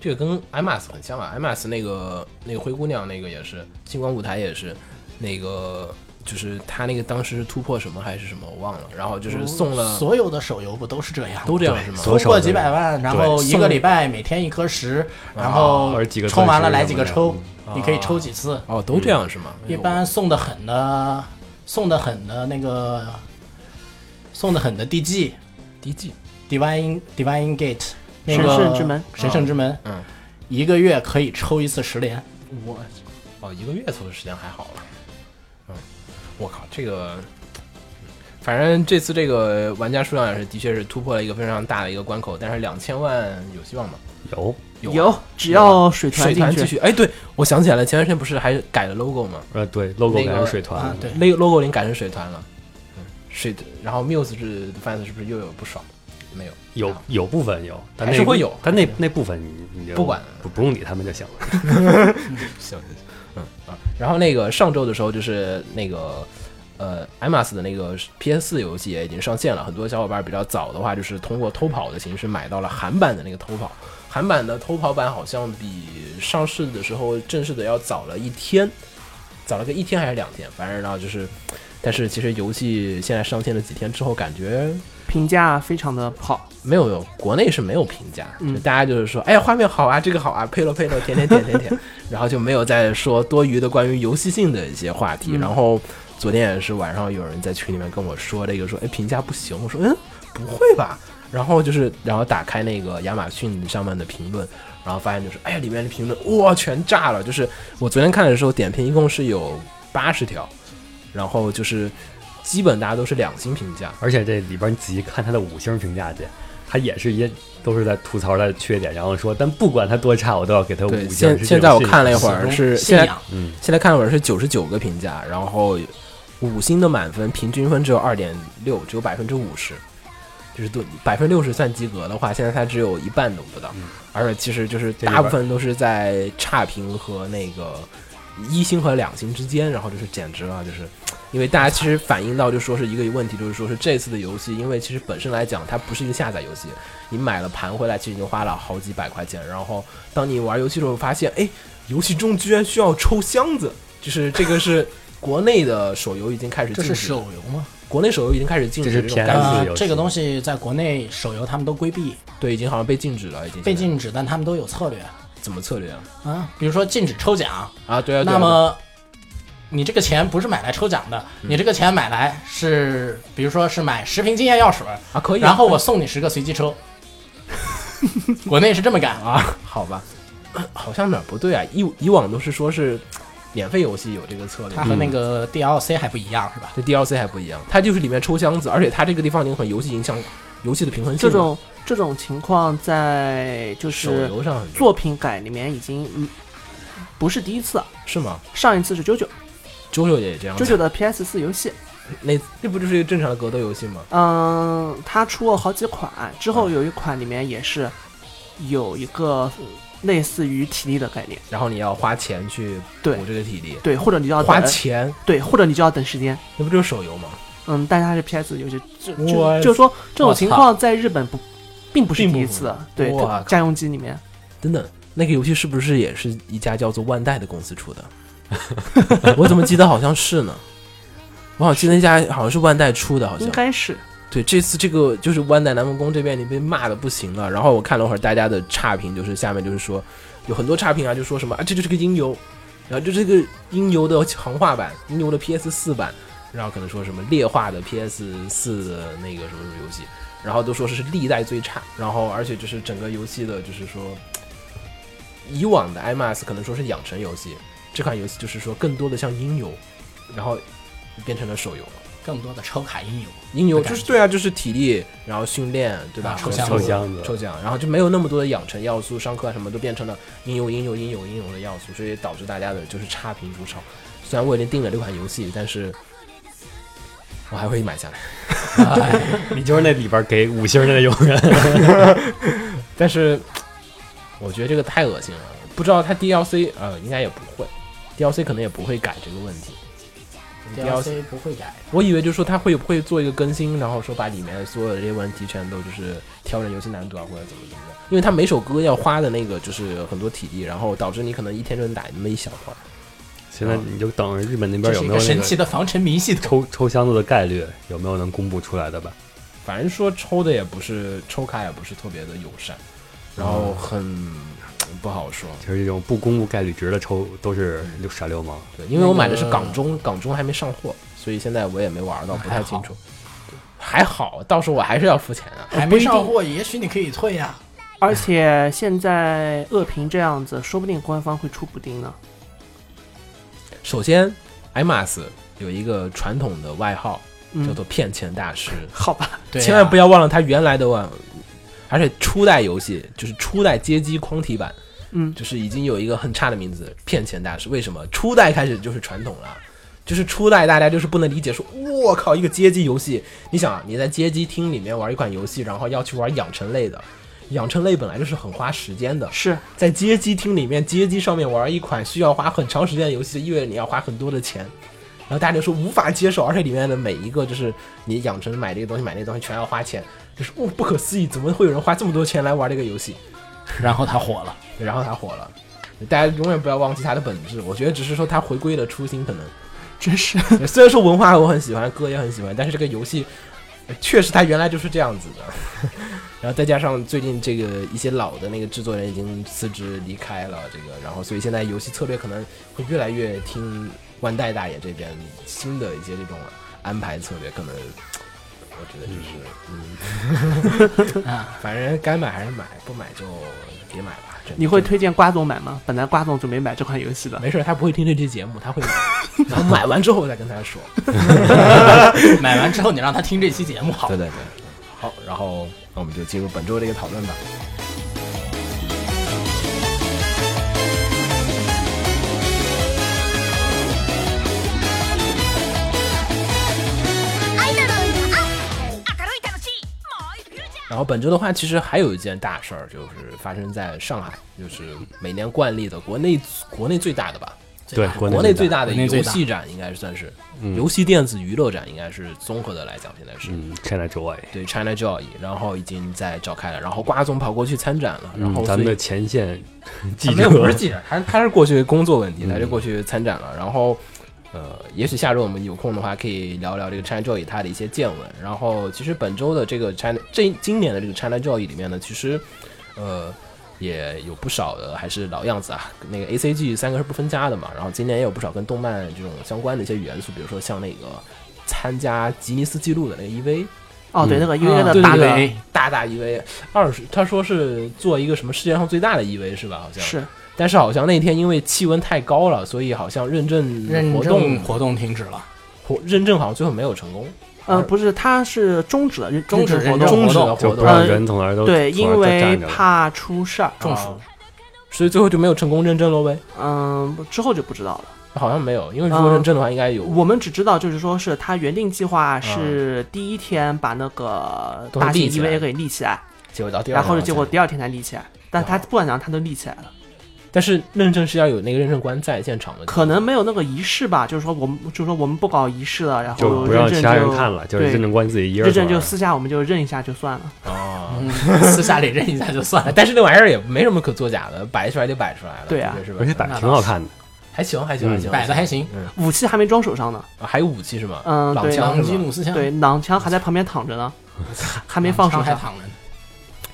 这个跟 IMAS 很像啊，IMAS 那个那个灰姑娘那个也是，星光舞台也是，那个就是他那个当时是突破什么还是什么我忘了，然后
哦
就是送了
所有的手游不都是这样，
都这样是吗
突破几百万，然后一个礼拜每天一颗石，然后
啊而几个
充完了
钻石
来几个
什么的啊
抽
嗯，
你可以抽几次。
哦都这样是吗？
一般送的狠的，送的狠的那个，送的狠的 DG
DG
Divine Divine Gate 那
神
个
圣之门
神圣之门，
嗯，
一个月可以抽一次十连，
我哦，一个月凑的时间还好了。嗯，我靠，这个，反正这次这个玩家数量也是，的确是突破了一个非常大的一个关口，但是两千万有希望吗？
有，
有啊
有，只要水
水
团
团
进
继
去，
续，哎，对我想起来了，前段时间不是还改了 logo 吗？
呃，对，logo
那
改
个
成水团
啊
了，，
对，
那个 logo 已经改成水团了，嗯，水，然后 Muse 是 fans 是不是又有不爽？没有，
有有部分有，但
还
那
是会有
但那那部分你你就
不管
不不用理他们就行了。
行，嗯啊，然后那个上周的时候，就是那个呃，IMAS 的那个 PS 四游戏也已经上线了，很多小伙伴比较早的话，就是通过偷跑的形式买到了韩版的那个偷跑，韩版的偷跑版好像比上市的时候正式的要早了一天，早了个一天还是两天，反正呢就是。但是其实游戏现在上线了几天之后，感觉
评价非常的不好。
没有，有国内是没有评价，
嗯
就大家就是说，哎呀，画面好啊，这个好啊，配了配了，舔舔舔舔 舔，然后就没有再说多余的关于游戏性的一些话题。
嗯
然后昨天也是晚上有人在群里面跟我说这个，说哎评价不行，我说嗯不会吧，然后就是然后打开那个亚马逊上面的评论，然后发现就是哎呀里面的评论哇全炸了，就是我昨天看的时候点评一共是有八十条，然后就是基本大家都是两星评价，
而且这里边你仔细看它的五星评价去，它也是一都是在吐槽它的缺点，然后说，但不管它多差，我都要给它五
对，
星。是这种
现现在我
信仰
看了一会儿是
信
现在
仰。
嗯，
现在看了会儿是九十九个评价，然后五星的满分平均分只有二点六，只有百分之五十，就是都百分之六十算及格的话，现在它只有一半都不到，而且其实就是
嗯这一半
大部分都是在差评和那个一星和两星之间，然后就是简直了，就是。因为大家其实反映到就说是一个问题，就是说是这次的游戏，因为其实本身来讲它不是一个下载游戏，你买了盘回来其实已经花了好几百块钱，然后当你玩游戏的时候发现，哎，游戏中居然需要抽箱子，就是这个是国内的手游已经开始
这
禁
是
止
手
了，
游吗？
国内手游已经开始禁止
这是
种
PS
干
是
预
啊
游，戏
这个东西在国内手游他们都规避，
对，已经好像被禁止了，已经
被禁止，但他们都有策略
怎么策略啊？
啊，比如说禁止抽奖，
啊，对啊，对啊
那么你这个钱不是买来抽奖的，你这个钱买来是，比如说是买十瓶经验药水，
啊可以啊，
然后我送你十个随机抽。国内是这么干啊，
啊，好吧， 好像哪儿不对啊，以以往都是说是免费游戏有这个策略
它，和那个 DLC 还不一样是吧？
这 DLC 还不一样，它就是里面抽箱子，而且它这个地方已经很游戏影响游戏的平衡性
这
了，
种这种情况在就
手
是
游上很
作品改里面已经嗯不是第一次了，啊
是吗？
上一次是九九
九九也这样
九
子，
九的 PS 四游戏，
那那不就是一个正常的格斗游戏吗？
嗯，它出过好几款，之后有一款里面也是有一个呃类似于体力的概念，
然后你要花钱去
对
补这个体力，
对，或者你就要
花
等
钱，
对，或者你就要等时间，
那不就是手游吗？
嗯，但是它是 PS 游戏，就
我
就就是说这种情
我
况在日本不并不是
并
第一
不
次了，
会
对
哇，
它
靠
家用机里面
等等，那个游戏是不是也是一家叫做万代的公司出的？我怎么记得好像是呢？我好像记得那家好像是万代出的，好像
应该是
对，这次这个就是湾仔南梦宫这边已经被骂的不行了。然后我看了会儿大家的差评，就是下面就是说有很多差评啊，就说什么啊，这就是个音游，然后就这个音游的强化版，音游的 PS 四版，然后可能说什么劣化的 PS 四的那个什么什么游戏，然后都说是历代最差，然后而且就是整个游戏的，就是说以往的 IMAX 可能说是养成游戏，这款游戏就是说更多的像音游，然后变成了手游。
更多的抽卡应有，
音游
的
就
感
是对啊，就是体力，然后训练，对吧
啊？
和
抽象
抽
速度
箱子，
抽奖，然后就没有那么多的养成要素，上课啊什么都变成了应有应有应有应有的要素，所以导致大家的就是差评如潮。虽然我已经定了这款游戏，但是我还会买下来。
你就是那里边给五星的那种 人。
但是我觉得这个太恶心了，不知道他 DLC 呃应该也不会，DLC 可能也不会改这个问题。
DLC 不会改，
我以为就是说他会不会做一个更新，然后说把里面所有的这些问题全都就是调整游戏难度啊或者怎么怎么的，因为他每首歌要花的那个就是很多体力，然后导致你可能一天就能打那么一小会儿。
现在你就等着日本那
这
边有
是一
没有
个
那
神
个
奇的防沉迷系统。
抽抽箱子的概率有没有能公布出来的吧？
反正说抽的也不是抽卡也不是特别的友善，然后很、不好说。
就是这种不公布概率值的抽都是
嗯
溜耍流氓。
对，因为我买的是港中， 港中还没上货，所以现在我也没玩到，不太清楚。还好，到时候我还是要付钱啊。
还没上货，也许你可以退呀、
而且现在恶评这样子，说不定官方会出补丁呢。
首先，IMAS 有一个传统的外号叫
嗯，
做“骗钱大师
好吧，”，
对啊呀
千万不要忘了他原来的万，而且初代游戏就是初代街机框体版，
嗯，
就是已经有一个很差的名字“骗钱大师”。为什么？初代开始就是传统了。就是初代，大家就是不能理解说，我靠，一个街机游戏，你想啊，你在街机厅里面玩一款游戏，然后要去玩养成类的，养成类本来就是很花时间的，
是
在街机厅里面，街机上面玩一款需要花很长时间的游戏，意味着你要花很多的钱。然后大家就说无法接受，而且里面的每一个就是你养成买这个东西、买那个东西全要花钱，就是哦不可思议，怎么会有人花这么多钱来玩这个游戏？
然后他火了，
对然后它火了，大家永远不要忘记它的本质。我觉得只是说它回归了初心，可能
真是
对 虽然说文化我很喜欢，歌也很喜欢，但是这个游戏呃确实它原来就是这样子的。 然后再加上最近这个一些老的那个制作人已经辞职离开了，这个，然后所以现在游戏策略可能会越来越听万代大爷这边新的一些这种安排策略，可能我觉得就是 嗯，
啊
反正该买还是买，不买就别买吧。真的
你会
真的
推荐瓜总买吗？本来瓜总准备买这款游戏的，
没事，他不会听这期节目，他会买，然后买完之后我再跟他说。
买完之后你让他听这期节目好
对。对对，好，然后那我们就进入本周这个讨论吧。然后本周的话，其实还有一件大事儿，就是发生在上海，就是每年惯例的国内国内最大的吧，
对，国
国内嗯
内
最大的
国内最
游
大
戏展应该是算是游戏电子娱乐展，应该是综合的来讲，现在是。
嗯，China Joy。
对 China Joy，然后已经在召开了，然后瓜总跑过去参展了，然后
嗯咱们
所以
的前线记
他啊没
者
有不是记者，他是他是过去工作问题，他就过去参展了。然后，呃，也许下周我们有空的话，可以聊聊这个 China Joy 它的一些见闻。然后，其实本周的这个 China 这今年的这个 China Joy 里面呢，其实呃也有不少的还是老样子啊，那个 A C G 三个是不分家的嘛。然后今年也有不少跟动漫这种相关的一些元素，比如说像那个参加吉尼斯纪录的那个 E V，
哦，对，那个音乐
啊
的
对
大
对
的
对
大大 EV 二十，他说是做一个什么世界上最大的 EV 是吧？好像
是
但是好像那天因为气温太高了，所以好像认证
认
活动
证活动停止了，
活认证好像最后没有成功，
呃，不是，它是终止了
终止
活
认证
动，
终止
活
了
动
就嗯
活
不让
动，嗯
呃
人从那儿都
对，
从
因
那儿都
为
站着了
怕出事儿，
中暑。
所以最后就没有成功认证了呗？
嗯，之后就不知道了。
好像没有，因为如果认证的话，应该有
我们只知道，就是说是他原定计
啊
划是第一天把那个
东西
大型
立起来
EVA 给立起来，
结果到第二，
然后结果，第二天才立
啊
起来，但他不管怎样他都立起来了，
但是认证是要有那个认证官在现
呃
场的，
可 能没有那个仪式吧，就是说我们就是说我们不搞仪式了，然
就
哦
后
不让
认
其
证
他人
就
看了，就是
对
认证官自己一人啊
认证
玩
就
儿
私下我们就认一下就算了，
啊。
嗯，私下里认一下就算了。
但是那玩意儿也没什么可作假的，摆出来就摆出来了，
对啊
这是吧
而且摆嗯挺好看的，
还行，还行，还行，
摆的还行，
武器还没装手上呢，
啊还有武器是吗？
嗯，
朗
对
枪
两基努斯枪，
对，囊枪还在旁边躺着呢，还没放手
还
上，
啊躺着呢。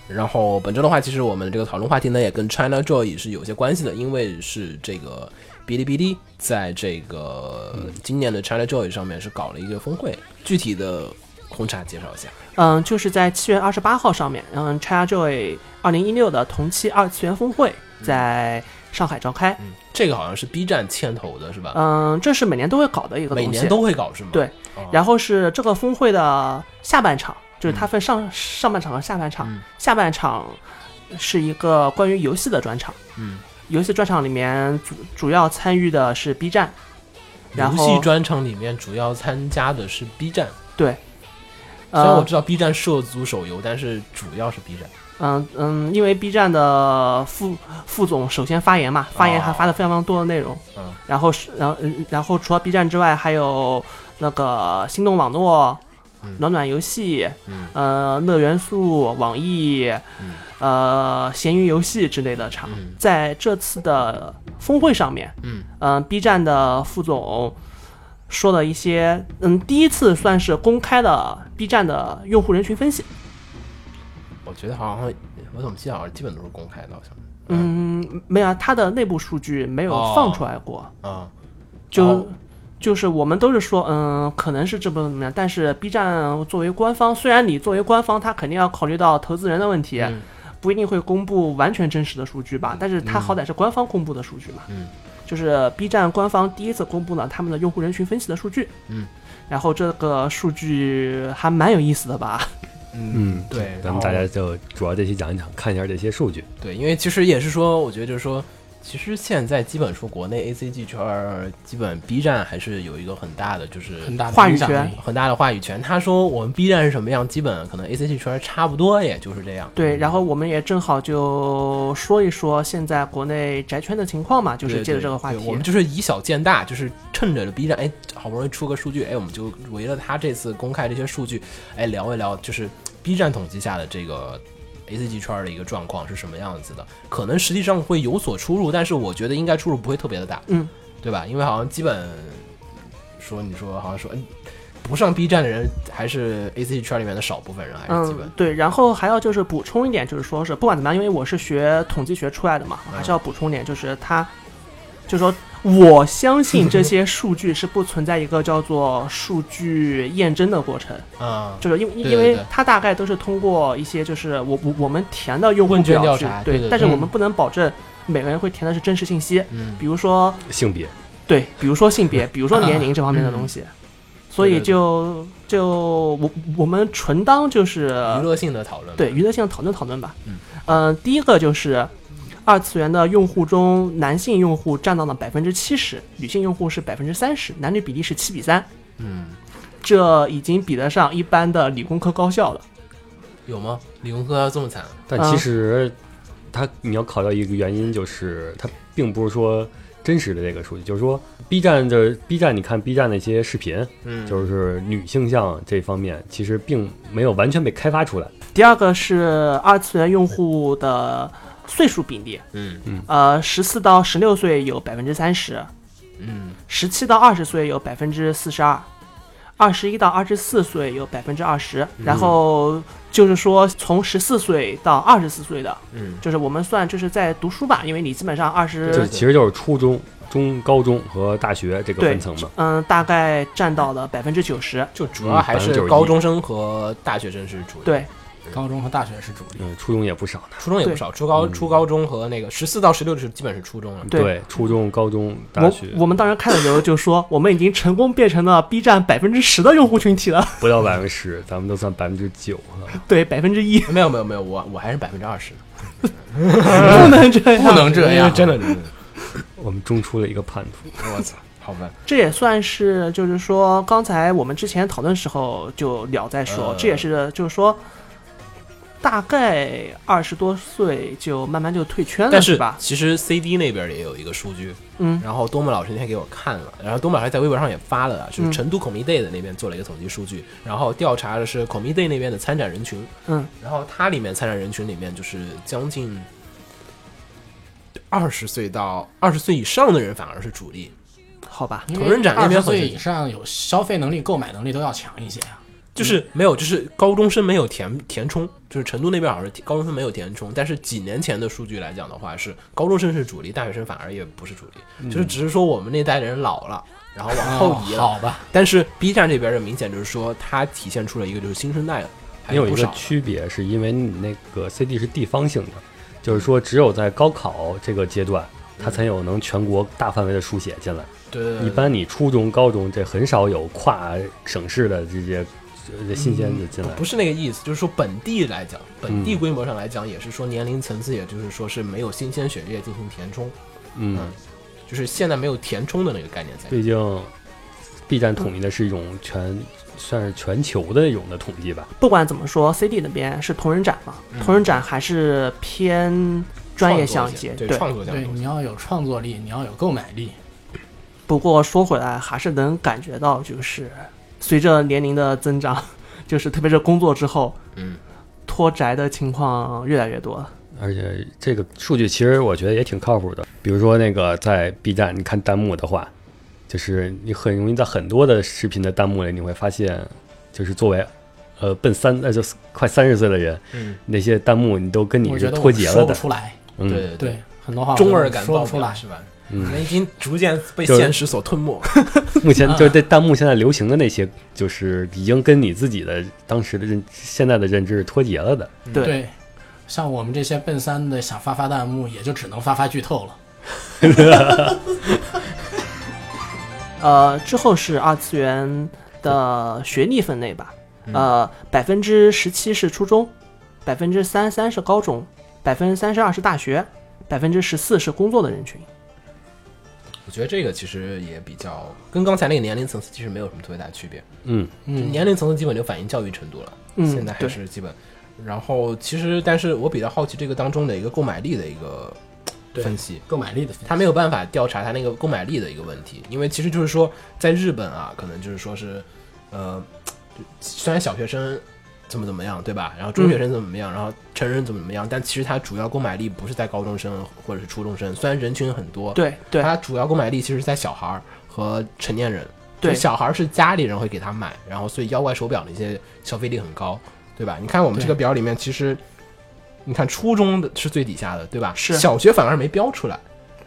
然后本周的话，其实我们这个讨论话题呢，也跟 China Joy 是有些关系的，因为是这个哔哩哔哩在这个嗯今年的 China Joy 上面是搞了一个峰会，具体的红茶介绍一下。
嗯，就是在七月二十八号上面，嗯，ChinaJoy 二零一六的同期二次元峰会在上海召开，
这个好像是 B 站牵头的是吧？
嗯，这是每年都会搞的一个东
每
西，
年都会搞是吗？
对
哦，
然后是这个峰会的下半场，就是它分上、上半场和下半场。
嗯
下半场是一个关于游戏的专场。
嗯，
游戏专场里面主主要参与的是 B 站，然
游
后
戏专场里面主要参加的是 B 站，
对，
虽然我
呃，
知道 B 站涉足手游，但是主要是 B 站。
嗯嗯，因为 B 站的副副总首先发言嘛，发言还发了非常非常多的内容，
哦嗯
然后是，然后嗯然后除了 B 站之外，还有那个心动网络、
嗯
暖暖游戏、
嗯
呃乐元素、网易、
嗯
呃闲鱼游戏之类的厂，
嗯
在这次的峰会上面，
嗯
嗯、b 站的副总说了一些，嗯，第一次算是公开的 B 站的用户人群分析。
我觉得好像我怎么记得好像基本都是公开的，好像。
嗯，没有啊，它的内部数据没有
哦
放出来过，
啊、
就、
哦
就是我们都是说，嗯，可能是这么怎么样，但是 B 站作为官方，虽然你作为官方，他肯定要考虑到投资人的问题，
嗯
不一定会公布完全真实的数据吧，但是它好歹是官方公布的数据嘛，
嗯，
就是 B 站官方第一次公布了他们的用户人群分析的数据，
嗯，
然后这个数据还蛮有意思的吧，
嗯，
对，哦
咱们
然后
大家就主要这期讲一讲，看一下这些数据。
对，因为其实也是说，我觉得就是说，其实现在基本说国内 A C G 圈儿，基本 B 站还是有一个很大的就是
很大的
话语
影响
权
力
很大的话语权。他说我们 B 站是什么样，基本可能 A C G 圈儿差不多，也就是这样。
对，然后我们也正好就说一说现在国内宅圈的情况嘛，就是
对
借着
对
这个话
对
题，
我们就是以小见大，就是趁着 B 站，哎，好不容易出个数据，哎，我们就围着他这次公开这些数据，哎，聊一聊，就是 B 站统计下的这个 A C G 圈儿的一个状况是什么样子的。可能实际上会有所出入，但是我觉得应该出入不会特别的大，
嗯，
对吧？因为好像基本说，你说好像说，哎不上 B 站的人还是 A C G 圈儿里面的少部分人，还是基本
嗯，，对，然后还要就是补充一点，就是说是不管怎么样，因为我是学统计学出来的嘛，
嗯
我还是要补充一点，就是它，就是说我相信这些数据是不存在一个叫做数据验证的过程，
嗯，
就是因为
对
因为
对
它大概都是通过一些就是我我我们填的用户
问卷调
表去
查
对
对对
但是
对
我们不能保证每个人会填的是真实信息，
嗯
比如说
性别，
对，比如说性别， 比如说年龄这方面的东西。所
嗯
以
对对对
就就我我们纯当就是
娱乐性的讨论，
对，娱乐性讨论讨论吧。
嗯
呃第一个就是二次元的用户中，男性用户占到了百分之七十，女性用户是百分之三十，男女比例是七比三，
嗯，
这已经比得上一般的理工科高校了。
有吗？理工科这么惨，
但
啊
其实它你要考虑到一个原因，就是它并不是说真实的这个数据，就是说 B 站的 B 站，你看 B 站那些视频，
嗯，
就是女性向这方面其实并没有完全被开发出来。
第二个是二次元用户的岁数比例，
嗯
呃，十四到十六岁有百分之三十，
嗯
十七到二十岁有百分之四十二，二十一到二十四岁有百分之二十，
嗯
然后就是说从十四岁到二十四岁的，
嗯
就是我们算就是在读书吧，因为你基本上二
这
十
其实就是初中、中高中和大学这个
对
分层嘛。
嗯大概占到了百分之九十，
就主
嗯
要还是高中生和大学生是主力，
对，
高中和大学是主力。
嗯，初中也不少呢。
初中也不少，初高
嗯
初高中和那个十四到十六是基本是初中了。
对
初中、高中、大
我
学
我们当时看的时候就说我们已经成功变成了 B 站百分之十的用户群体了，
不到百分之十，咱们都算百分之九
哎
了。
对百分之一，
没有没有没有，我我还是百分之二十，
不能这样，
不能这样，
真的真的，
我们中出了一个叛徒。
我操，好吧，
这也算是，就是说，刚才我们之前讨论时候就聊在说，
呃
这也是就是说，大概二十多岁就慢慢就退圈了，
但
是
是
吧？
其实 CD 那边也有一个数据，
嗯
然后多么老师那天给我看了，然后多么老师在微博上也发了啊，就
嗯
是成都 Comiday 的那边做了一个统计数据，然后调查的是 Comiday 那边的参展人群，
嗯，
然后它里面参展人群里面就是将近二十岁到二十岁以上的人反而是主力，
好吧，
因
同人
为
展那
二
边
十
好像
岁以上有消费能力、购买能力都要强一些啊。
就是没有，就是高中生没有填填充，就是成都那边好像是高中生没有填充，但是几年前的数据来讲的话，是高中生是主力，大学生反而也不是主力，就是只是说我们那代人老了，然后往后移
哦
了。
好吧，
但是 B 站这边的明显就是说，它体现出了一个就是新生代还
你有一
哎不
个
少，啊
区别，是因为你那个 CD 是地方性的，就是说只有在高考这个阶段，它才有能全国大范围的书写进来。
对嗯对对，
一般你初中、高中这很少有跨省市的这些这新鲜的进来。
嗯不是那个意思，就是说本地来讲，本地
嗯
规模上来讲，也是说年龄层次，也就是说是没有新鲜血液进行填充，
嗯
嗯，就是现在没有填充的那个概念在。
毕竟 B 站统一的是一种全算是全球的那种的统计吧。
不管怎么说，CD 那边是同人展嘛，同人展还是偏专业
嗯创
向
作
一
一些
些。
对
对，
创作这样
对，
的东
你
西，
要有创作力，你要有购买力。
不过说回来，还是能感觉到，就是随着年龄的增长， 就是特别是工作之后，
嗯，
脱宅的情况越来越多了。
而且这个数据其实我觉得也挺靠谱的。比如说那个在 B 站，你看弹幕的话，就是你很容易在很多的视频的弹幕里，你会发现，就是作为呃奔三呃就是快三十岁的人，
嗯，
那些弹幕你都跟你
我
是
觉得
脱
我
节了
说不
的。
出来，
嗯，
对对对，
对，很多话我
中二感
说
爆
不出
表
来。
是吧？
嗯
我们已经逐渐被
就是
现实所吞没。
目
啊
前就是这弹幕现在流行的那些，就是已经跟你自己的当时的认现在的认知是脱节了的。
对
对，像我们这些奔三的，想发发弹幕，也就只能发发剧透了。
呃，之后是二次元的学历分类吧，呃，百分之十七是初中，百分之三三是高中，百分之三十二是大学，百分之十四是工作的人群。
我觉得这个其实也比较跟刚才那个年龄层次其实没有什么特别大的区别，
嗯，
就
嗯，
年龄层次基本就反映教育程度了，
嗯
现在还是基本。然后其实，但是我比较好奇这个当中的一个购买力的一个
对
分析，
购买力的分
他没有办法调查他那个购买力的一个问题，因为其实就是说，在日本啊，可能就是说是，呃，虽然小学生怎么怎么样，对吧？然后中学生怎么怎么样，然后成人怎么怎么样，但其实他主要购买力不是在高中生或者是初中生，虽然人群很多，，
对对
他主要购买力其实是在小孩儿和成年人。
对
就小孩儿是家里人会给他买，然后所以妖怪手表那些消费力很高，对吧？你看我们这个表里面，其实你看初中的是最底下的，对吧？
是
小学反而没标出来。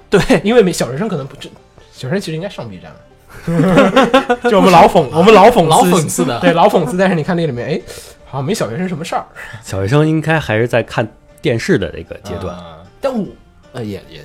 对，
因为没小学生可能不知，小学生其实应该上 B 站了， 就我们老讽，我们老讽
老讽刺的
对老讽刺。但是你看那里面，哎，好像没小学生什么事儿
小学生应该还是在看电视的这个阶段。
啊但我呃也也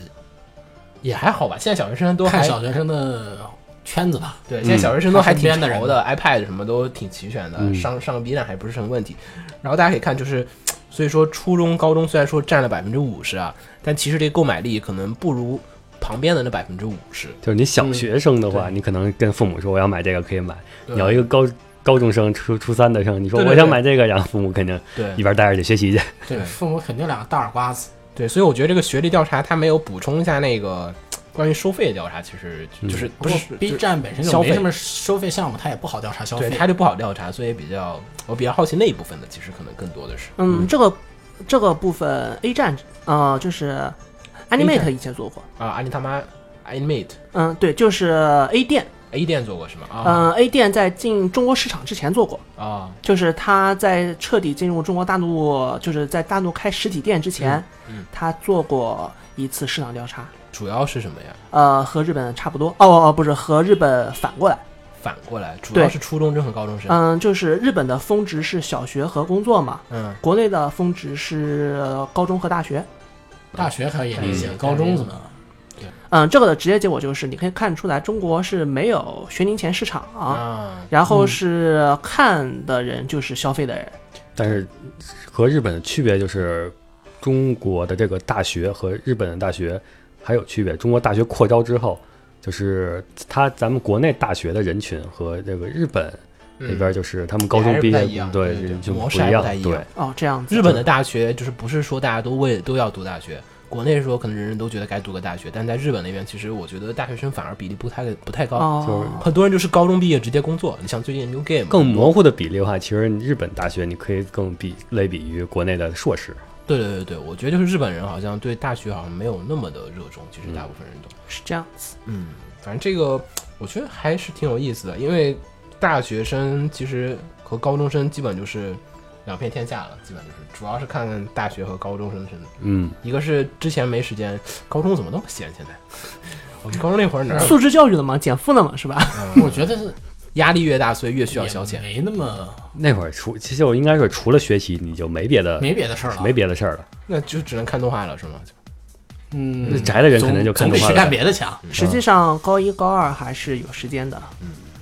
也还好吧，现在小学生都
看
还
小学生的圈子吧。
对，
嗯
现在小学生都还挺
他身边
潮
的
的，iPad 什么都挺齐全的，
嗯
上上 B 站还不是什么问题。然后大家可以看，就是所以说初中、高中虽然说占了百分之五十啊，但其实这个购买力可能不如旁边的那百分之五十。
就是你
嗯
小学生的话，你可能跟父母说我要买这个可以买。你要一个高高中生、初初三的生，你说
对对
我想买这个，然后父母肯定
对
一边待着去学习去。
对，
对
父母肯定两个大耳瓜子。
对，所以我觉得这个学历调查它没有补充一下那个关于收费的调查，其实
嗯
就是不
不
是
过 B 站本身就
消费
没什么收费项目，它也不好调查消
对
费。
它就不好调查，所以比较我比较好奇那一部分的，其实可能更多的是
嗯，这个这个部分 A 站啊、呃就是 Animate 以前做过，
啊，安妮他妈 Animate
嗯，对，就是 A 店，
A 店做过是吗？啊
嗯、a 店在进中国市场之前做过，
啊，
就是它在彻底进入中国大陆，就是在大陆开实体店之前，
嗯嗯
它做过一次市场调查，
主要是什么呀？
呃，和日本差不多，哦哦，不是和日本反过来，
反过来，主要
对
是初中生和高中生。
嗯，就是日本的峰值是小学和工作嘛，
嗯，
国内的峰值是高中和大学，
大学可以理解，
嗯
高中怎么？
嗯，这个的直接结果就是，你可以看出来，中国是没有学龄前市场、
啊，
然后是看的人就是消费的人，
但是和日本的区别就是，中国的这个大学和日本的大学还有区别。中国大学扩招之后，就是他咱们国内大学的人群和这个日本那边就是他们高中毕业
还嗯是不太一样
对
对对
就
模式
不
还
一
不太
样，
一
对
样。
哦，这样子。
日本的大学就是不是说大家都为都要读大学，国内说可能人人都觉得该读个大学，但在日本那边，其实我觉得大学生反而比例不太不太高。
就是
哦，
很多人啊就是高中毕业直接工作，你像最近 New Game
更模糊的比例的话，其实日本大学你可以更比类比于国内的硕士。
对对对对，我觉得就是日本人好像对大学好像没有那么的热衷，其实大部分人都
是这样子。
嗯，反正这个我觉得还是挺有意思的，因为大学生其实和高中生基本就是两片天下了，基本就是主要是看看大学和高中生是
嗯，
一个是之前没时间，高中怎么那么闲？现在 我们高中那会儿哪儿
素质教育了吗？减负了吗？是吧？
嗯
我觉得是
压力越大，所以越需要消遣。
没那么
那会儿除其实我应该是除了学习，你就没别的
没别的事儿了。
没，别的事儿了。
那就只能看动画了，是吗？
那
嗯，
宅的人
总
肯定就看
总比
动画
去
了嗯
干别的强。
实际上高一高二还是有时间的，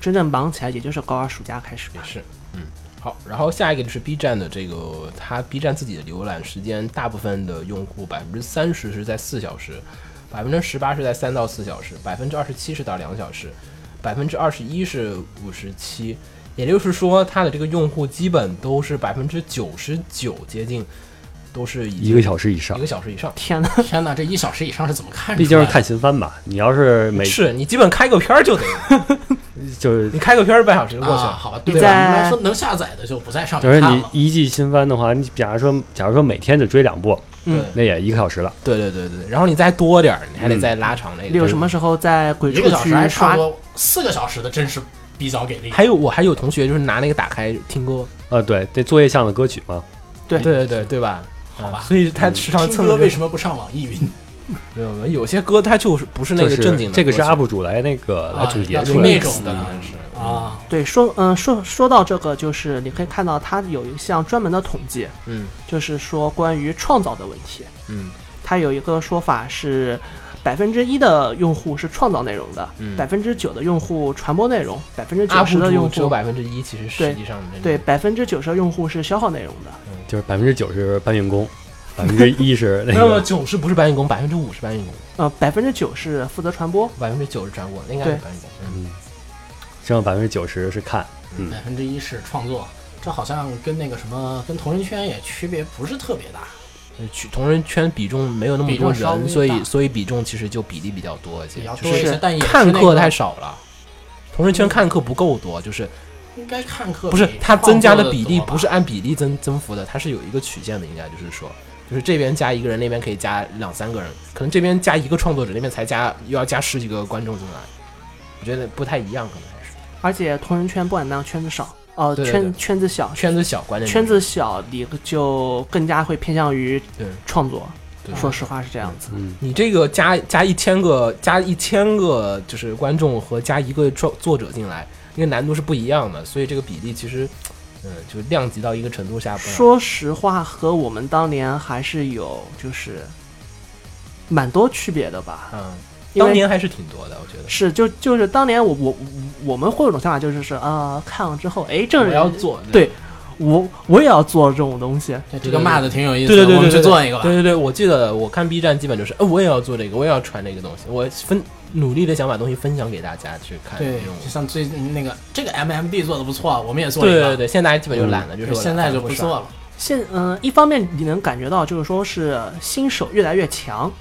真正忙起来也就是高二暑假开始吧
啊
也。是，嗯，好。然后下一个就是 B 站的这个，它 B 站自己的浏览时间，大部分的用户百分之三十是在四小时，百分之十八是在三到四小时，百分之二十七是到两小时，百分之二十一是五十七，也就是说它的这个用户基本都是百分之九十九接近都是已经
一个小时以上
一个。小时以上。
天哪，
天哪，这一小时以上是怎么看出来的？
毕竟是看新番吧，你要是每
是你基本开个片儿就得，
就是
你开个片儿半小时就过去
啊，
了。
好吧，
你
对吧？
在
应该说能下载的就不在上
就是
面看
你
了。
一季新番的话，你假如说假如说每天就追两部，
嗯
那也一个小时了。
对对对对，然后你再多点儿，你
嗯
还得再拉长那个。
你有什么时候在鬼
一
畜
个小时还
区
差
刷
不多四个小时的，真是比较给力。
还有我还有同学就是拿那个打开听歌，
啊，对，这作业项的歌曲嘛，
对
对对对对吧？
好吧
啊所以他时常
听
蹭
歌
着
为什么不上网易云？
没有没有，有些歌它就是不是那
就
个
是
正经的歌曲，
这个是 UP 主来那个来
啊
总结
要
出
听
来
那
的。
种的
应该是
啊，
对，说嗯、说说到这个，就是你可以看到它有一项专门的统计，
嗯
就是说关于创造的问题，
嗯
它有一个说法是。百分之一的用户是创造内容的，
嗯
百分之九的用户传播内容，百
嗯
分之九
，UP
十的用
主只有
户
百分之一，其实实际上真的
对百分之九十的用户是消耗内容的。
就是百分之九是搬运工，百分之一是那
那么
个
九十不是搬运工，百分之五是搬运工，
呃，百分之九是负责传播，
百分之九是转过，那应该是
对
搬运工。嗯
剩下百分之九十是看。嗯
百分之一是创作，这好像跟那个什么跟同人圈也区别不是特别大。
呃去同人圈比重没有那么
比
多
重稍微
人，所以
大
所以比重其实就比例比较多一些
比较，
就
多一
是
些，但也是
看
那
客
个
太少了。同人圈看客不够多，就是
应该看客
不是
比
它
创作
增加的比例
多吧
不是按比例增增幅的，它是有一个曲线的，应该就是说，就是这边加一个人，那边可以加两三个人，可能这边加一个创作者，那边才加又要加十几个观众进来，我觉得不太一样，可能还是
而且同人圈不管那样圈子少，呃，
对对对
圈圈子小，
圈子小，关键是
圈子小，你就更加会偏向于
对
创作。
对
说实话是这样子，
嗯，
你这个加加一千个加一千个就是观众和加一个创作者进来，那个难度是不一样的，所以这个比例其实，嗯，就量级到一个程度下不了。
说实话和我们当年还是有就是蛮多区别的吧。
嗯，
因为
当年还是挺多的，我觉得。
是就就是当年我我我我们会有种想法，就是是啊、看了之后，哎，这
我
个人
要做，
对我我也要做这种东西，
对这个骂的挺有意思
对
的，
对对
我
对
们去
对，
做一个吧
对。对对，我记得我看 B 站基本就是，呃，我也要做这个，我也要传这个东西，我分努力的想把东西分享给大家去看。
对
这种，
就像最那个这个 MMD 做的不错，我们也做一
对
个。
对对，现在大家基本就懒了，就是
就
我
是现在
懒
就
得
不
刷
做了。
现嗯、一方面你能感觉到就是说是新手越来越强，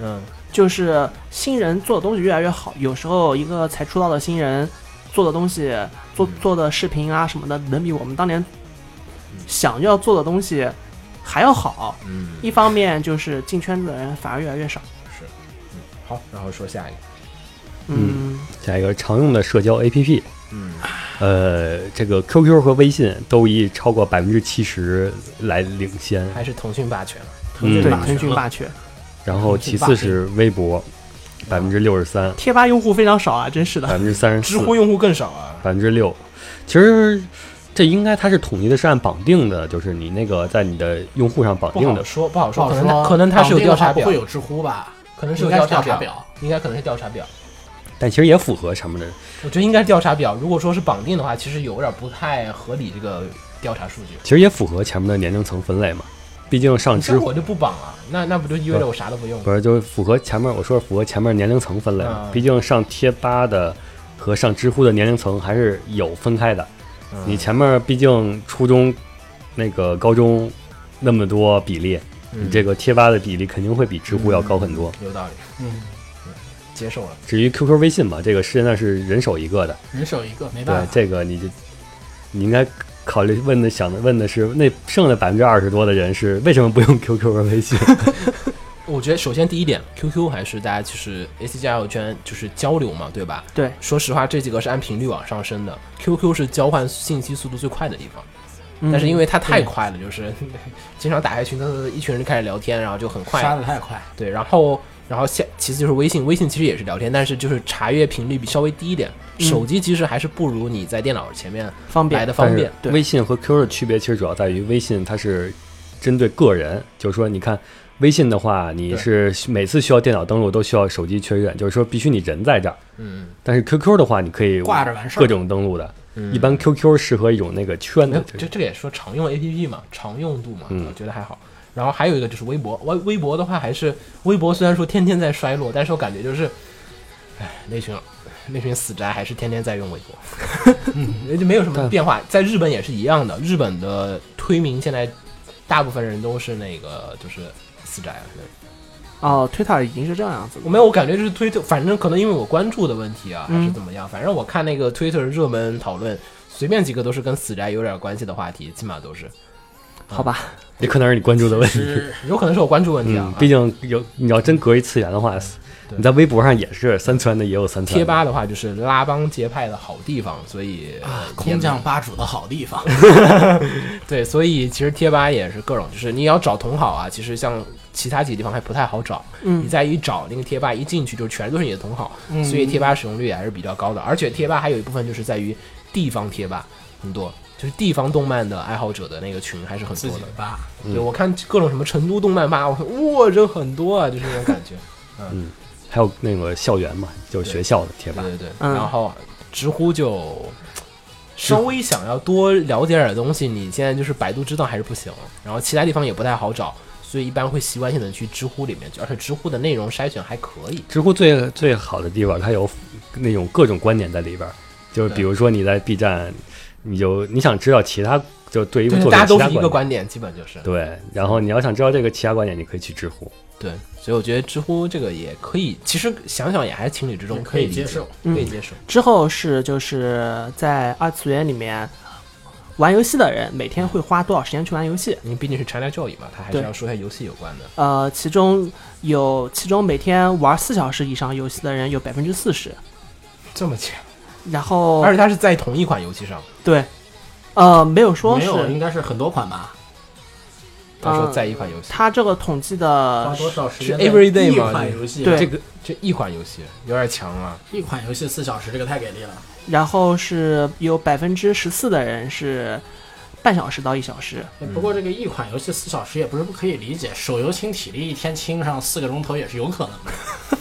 嗯，
就是新人做的东西越来越好，有时候一个才出道的新人做的东西，做
嗯
做的视频啊什么的，能比我们当年想要做的东西还要好。
嗯
一方面就是进圈子的人反而越来越少，
好，然后说下一个，
嗯，
下一个常用的社交 APP，
嗯，
呃，这个 QQ 和微信都以超过百分之七十来领先，
还是腾讯霸权了，
腾讯
嗯
对，
霸
腾
权
讯
了
霸权，
然后其次是微博，百分之六十三，
贴吧用户非常少啊，真是
百
的。
分之三十四，
知乎用户更少啊。
百分之六。其实这应该它是统一的，是按绑定的，就是你那个在你的用户上绑
不
定
好
的。
说，不好
不
说，
好
可能
说
它可能它是有
绑定
调
的话
查
不
表
会，有知乎吧？
可能是
应
有
该是
调
查
表，
表，
应该可能是调查表。
但其实也符合什么的，
我觉得应该是调查表。如果说是绑定的话，其实有点不太合理这个调查数据。
其实也符合前面的年龄层分类嘛。毕竟上知
那
乎
我就不绑了，那那不就意味着我啥都不用？
不是就是符合前面我说是符合前面年龄层分类嘛
嗯。
毕竟上贴吧的和上知乎的年龄层还是有分开的。
嗯
你前面毕竟初中、那个高中那么多比例，
嗯
你这个贴吧的比例肯定会比知乎要高很多。
有道理，
嗯，
接受了。
至于 QQ、微信嘛，这个现在是人手一个的，
人手一个，没
对
办法。
这个你就你应该考虑问的想的问的是，那剩下百分之二十多的人是为什么不用 QQ 和微信？
我觉得首先第一点，QQ 还是大家就是 A C 交友圈就是交流嘛，对吧？
对，
说实话，这几个是按频率往上升的，QQ 是交换信息速度最快的地方，
嗯
但是因为它太快了，就是 经常打开群，它一群人就开始聊天，然后就很快
啊
刷的太快，
对，然后然后下其次就是微信，微信其实也是聊天，但是就是查阅频率比稍微低一点。
嗯
手机其实还是不如你在电脑前面
方
来
便
的方便。
对
微信和 QQ 的区别其实主要在于，微信它是针对个人，就是说，你看微信的话，你
对
是每次需要电脑登录都需要手机确认，就是说必须你人在这儿。
嗯，
但是 QQ 的话，你可以
挂着完事儿
各种登录的。
嗯
一般 QQ 适合一种那个圈
没有
的，，
这这个也说常用 APP 嘛，常用度嘛，
嗯
我觉得还好。然后还有一个就是微博，微微博的话还是微博，虽然说天天在衰落，但是我感觉就是，哎，那群那群死宅还是天天在用微博， 人家没有什么变化。在日本也是一样的，日本的推民现在大部分人都是那个就是死宅啊之类的。
哦，Twitter 已经是这样子了。
我没有，我感觉就是推特，反正可能因为我关注的问题啊，还
嗯
是怎么样，反正我看那个 Twitter 热门讨论，随便几个都是跟死宅有点关系的话题，起码都是，
好吧，
也可能是你关注的问题。
是
有可能是我关注问题啊嗯
嗯，。毕竟有你要真隔一次元的话，
对
你在微博上也是三川的，也有三川的
啊贴吧的话就是拉帮结派的好地方，所以
啊，
也
空降吧主的好地 方。
对，所以其实贴吧也是各种，就是你要找同好啊，其实像其他几个地方还不太好找，你
嗯，
再一找那个贴吧一进去就全都是你的同好，
嗯
所以贴吧使用率还是比较高的。而且贴吧还有一部分就是在于地方贴吧很多，就是地方动漫的爱好者的那个群还是很
自
多
己
的
的。吧，
嗯
对，我看各种什么成都动漫吧，我说哇人很多啊，就是那种感觉。
还有那个校园嘛，就是学校的贴吧
对。对对，
嗯
然后知乎就稍微想要多了解点东西，你现在就是百度知道还是不行，然后其他地方也不太好找，所以一般会习惯性的去知乎里面去，而且知乎的内容筛选还可以。
知乎最最好的地方，它有那种各种观点在里边儿，就是比如说你在 B 站，你就你想知道其他，就对一个
对，
作
大
者
家
其
都
他
是一个
观点，
观点，基本就是
对，然后你要想知道这个其他观点，你可以去知乎。
对，所以我觉得知乎这个也可以，其实想想也还情理之中，
可以
理
接
解
受，
可以接受。
之后是就是在二次元里面玩游戏的人，每天会花多少时间去玩游戏？
因为毕竟是 China Joy 嘛，它还是
对
要说一下游戏有关的。
呃，其中有其中每天玩四小时以上游戏的人有百分之四十，
这么强，
然后
而且它是在同一款游戏上，
对，呃，没有说
没
是
有，应该是很多款吧？
他说
嗯
在一款游戏，
他这个统计的
花多少时
是
间在
everyday
一
吗
款游戏，
对
这个这一款游戏有点强啊。
一款游戏四小时，这个太给力了。
然后是有百分之十四的人是半小时到一小时，
嗯不过这
嗯
个一款游戏四小时也不是不可以理解，手游清体力一天清上四个钟头也是有可能的，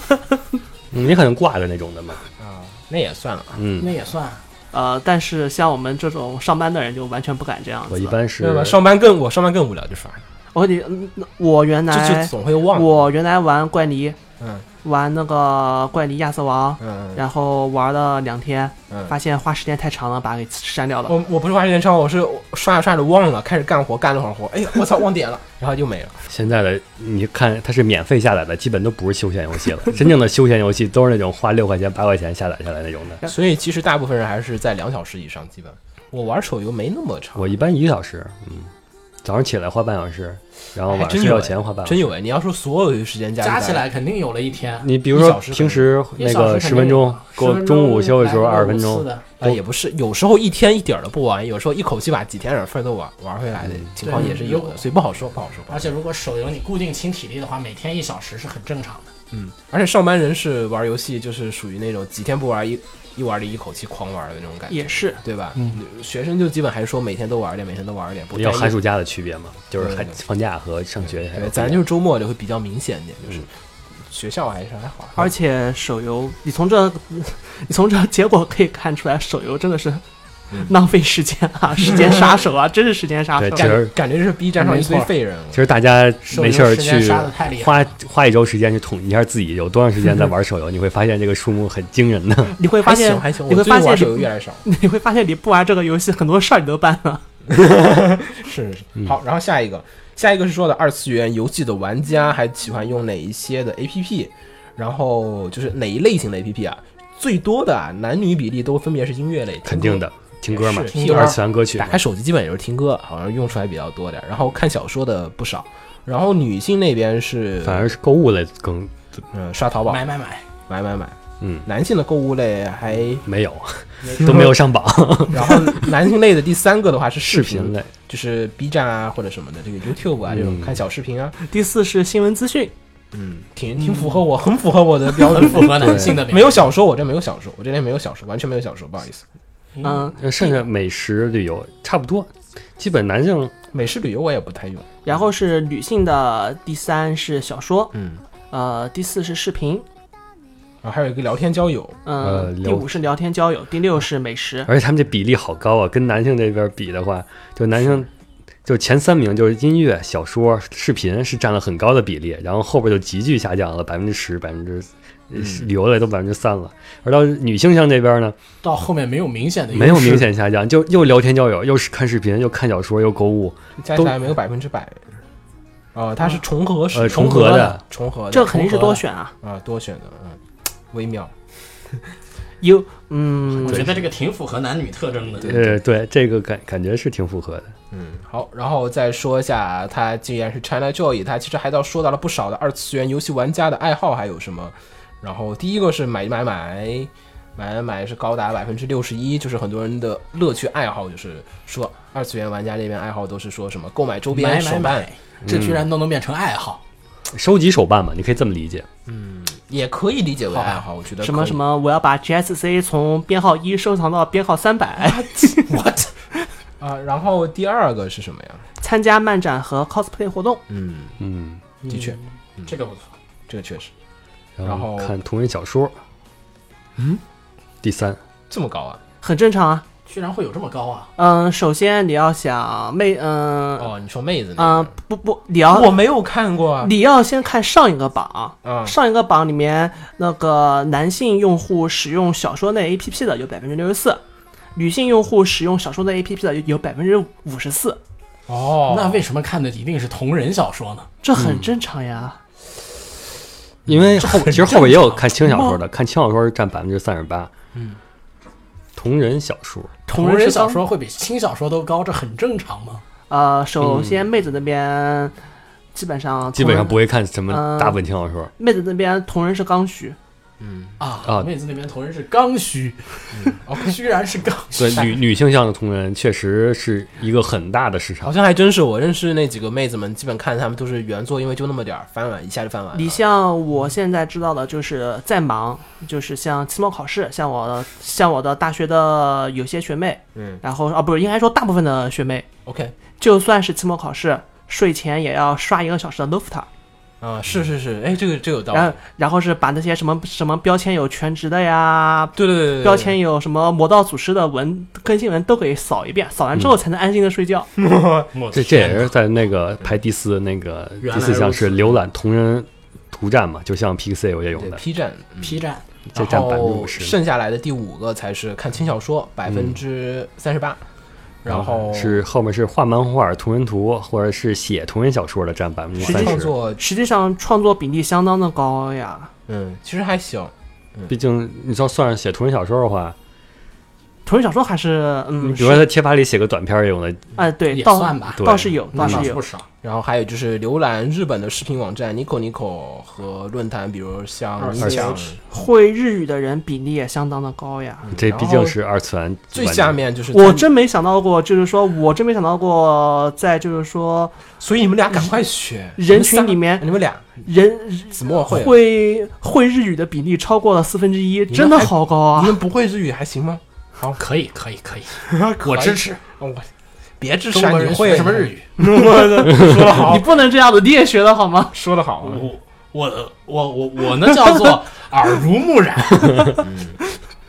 嗯，你可能挂着那种的嘛，
啊，那也算了。
那
嗯，
也算。
呃，但是像我们这种上班的人就完全不敢这样子。
我一般是
对吧？上班更我上班更无聊，就是玩，
我得，嗯我原
这就
来
总会忘。
我原来玩怪尼，
嗯
玩那个怪尼亚瑟王，
嗯
然后玩了两天，
嗯，
发现花时间太长了，把它给删掉了。
我我不是花时间超，我是刷着刷着忘了，开始干活，干了会儿活，哎呀，我操，忘点了， 然后就没了。
现在的你看，它是免费下载的，基本都不是休闲游戏了。真正的休闲游戏都是那种花六块钱、八块钱下载下来那种的。
所以其实大部分人还是在两小时以上，基本。我玩手游没那么长，
我一般一个小时，嗯，早上起来花半小时，然后
还
晚上
真
睡
有
觉
哎
前花半小
真
时。
有哎！你要说所有的时间
加
加啊
起，来肯定有了一天，
你比如
一
说
小时可
平
能
时嗯那个十分钟，给我中午休息时候二十分钟，
的，
哎，也不是，有时候一天一点儿都不玩，有时候一口气把几天两份都玩玩回来的情况也是有的，
对
所以不好说，不好说。不好
而
说
且如果手游你固定清体力的话，每天一小时是很正常的。
嗯，而且上班人是玩游戏，就是属于那种几天不玩一一玩的一口气狂玩的那种感觉，
也是，
对吧？嗯，学生就基本还是说每天都玩一点，每天都玩一点，不
你有
在意
寒暑假的区别嘛？就是
对
寒
对
放假和上学还有不一
对，
样。
咱就是周末就会比较明显一点，就是
嗯
学校还是还好，
而且手游，你从这， 你从这结果可以看出来，手游真的是
嗯
浪费时间啊，时间杀手啊，真是时间杀
对
手。
这
感
个
觉感觉就是 B 站上一堆
没错
废人了
其。实大家没事儿
手游时间
去
杀得太厉害
花花一周时间去统计一下自己有多长时间在玩手游，你会发现这个数目很惊人的。
你会发现
还行，还行，
你
我
会
最
发
近
现
玩手游
你
越来越少。
你会发现你不玩这个游戏，很多事儿你都办了。
是是
嗯
是。好，然后下一个，下一个是说的二次元游戏的玩家还喜欢用哪一些的 APP，然后就是哪一类型的 APP 啊？最多的啊，男女比例都分别是音乐类，
肯定的，听歌嘛
也，是
听歌
二次元歌曲嘛
打。开手机基本也是听歌，好像用出来比较多点儿。然后看小说的不少，然后女性那边是
反而是购物类更
嗯刷淘宝
买 买买，
买买买，
嗯
男性的购物类还，
没有，都没有上榜。嗯
然后男性类的第三个的话是
视
视频
频类，
就是 B 站啊或者什么的，这个 YouTube 啊这种
嗯
看小视 频啊，
第四是新闻资讯，
嗯，挺挺符合我，很符合我的标
很
准。
符合男性
嗯
的
没有小说，我这没有小说，我这边没有小说，完全没有小说，不好意思。
嗯，
甚至呃美食、旅游差不多，基本男性
美式旅游我也不太用，
然后是女性的，第三是小说，
嗯，
呃，第四是视频，
然后还有一个聊天交友，
嗯、
呃
第
聊呃
五是聊天交友，第六是 美食，
而且他们这比例好高啊，跟男性这边比的话，就男性就前三名就是音乐、小说、视频是占了很高的比例，然后后边就急剧下降了百分之十、百分之旅游类都百分之三了。而到女性向这边呢，
到后面没有明显的优势
没有明，显下降，就又聊天交友，又是看视频，又看小说，又购物，
加起来没有百分之百。哦，它是重合是
呃重合
合
的，
重合的，
这肯定是
重合
多
的
选啊。
啊，多选的，嗯，微妙。
有，嗯
我，觉得这个挺符合男女特征的。
呃，对，这个感感觉是挺符合的。
嗯，好，然后再说一下，他既然是 China Joy，他其实还倒说到了不少的二次元游戏玩家的爱好还有什么。然后第一个是买买买，买买是高达百分之六十一，就是很多人的乐趣爱好，就是说二次元玩家这边爱好都是说什么购买周边、
买
手
买
办
买，这
嗯
居然都能变成爱好，
收集手办嘛，你可以这么理解。
也可以理解为爱好，我觉得
什么
可以
什么，我要把 GSC 从编号一收藏到编号三百，
what？
啊。然后第二个是什么呀？
参加漫展和 cosplay 活动。
嗯，
嗯，
的确，
这个不错，
这个确实
然
然后
后嗯看同人小说，嗯，第三，
这么高啊。
很正常啊，
居然会有这么高啊！
嗯，首先你要想妹，嗯，
哦，你说妹子那
嗯
个，
不不，你要
我没有看过啊。
你要先看上一个榜，
嗯
啊
上一个榜里面那个男性用户使用小说类 APP 的有百分之六十四，女性用户使用小说类 APP 的有百分之五十四，
哦，
那为什么看的一定是同人小说呢？
这很正常呀。
嗯因为 后其实后边也有看轻小
哦
说的，看轻小说占百分之三十八。嗯，同人小说，
同
同人
是
小
高，
说会比轻小说都高，这很正常吗？
呃，首先妹子那边基本上
嗯基本上
同
不会看什
嗯
么大本轻小说。
人，妹子那边同人是刚需，
啊
啊
妹子那边同人是刚需，嗯 哦居然是刚需
对， 女女性向的同人确实是一个很大的市
好
场。
像还真是，我认识那几个妹子们，基本看她们都是原作，因为就那么点儿，翻完一下就翻完
你
了。
像我现在知道的，就是在忙，就是像期末考试，像我的像我的大学的有些学妹，
嗯
然后啊不是应该说大部分的学妹，
，OK，
就算是期末考试，睡前也要刷一个小时的 Lofter，
啊，是是是，哎，这个这个有道
然后
理。
然后是把那些什么什么标签有全职的呀，
对对对对对，
标签有什么魔道祖师的文更新文都给扫一遍，扫完之后才能安心的睡觉。
这这也是在那个排第四，那个
原来
第四项是浏览同人图站嘛，就像 Pixel 也有
对
的，
P 站，嗯
P 站
这占
然
百分之
后
五十。
剩下来的第五个才是看轻小说，百分之三十八，然后
是后面是画漫画、同人图，或者是写同人小说的占百分之
实际
三
创
十。
作，
实际上创作比例相当的高呀，
嗯，其实还行，
毕竟你说算上写同人小说的话，
同人小说还是
你
嗯，
比如说
是
在贴吧里写个短篇儿有的，
哎对，
也
倒
算吧，
对
倒是有，
那
倒
倒
是
是
有
不。少。
然后还有就是浏览日本的视频网站 Nico Nico 和论坛，比如像
二
次
像
元
会日语的人比例也相当的高呀。
这
然
毕竟
后
是二次元。
最下，面就是
我
咱
真没想到过，就是说我真没想到过，在就是说
所以你们俩赶快学
人群里面
你们俩
人
子墨会啊
会会日语的比例超过了四分之一，
们
真的
还
好高啊
你！们不会日语还行吗？好，
可以，可以， 可以，我支持
我别支持
中
啊！
国
你
人
会
学什么日？语？
说的好
你，不能这样子，你也学的好吗？
说的好啊，
我我我我我呢 叫做耳濡目染，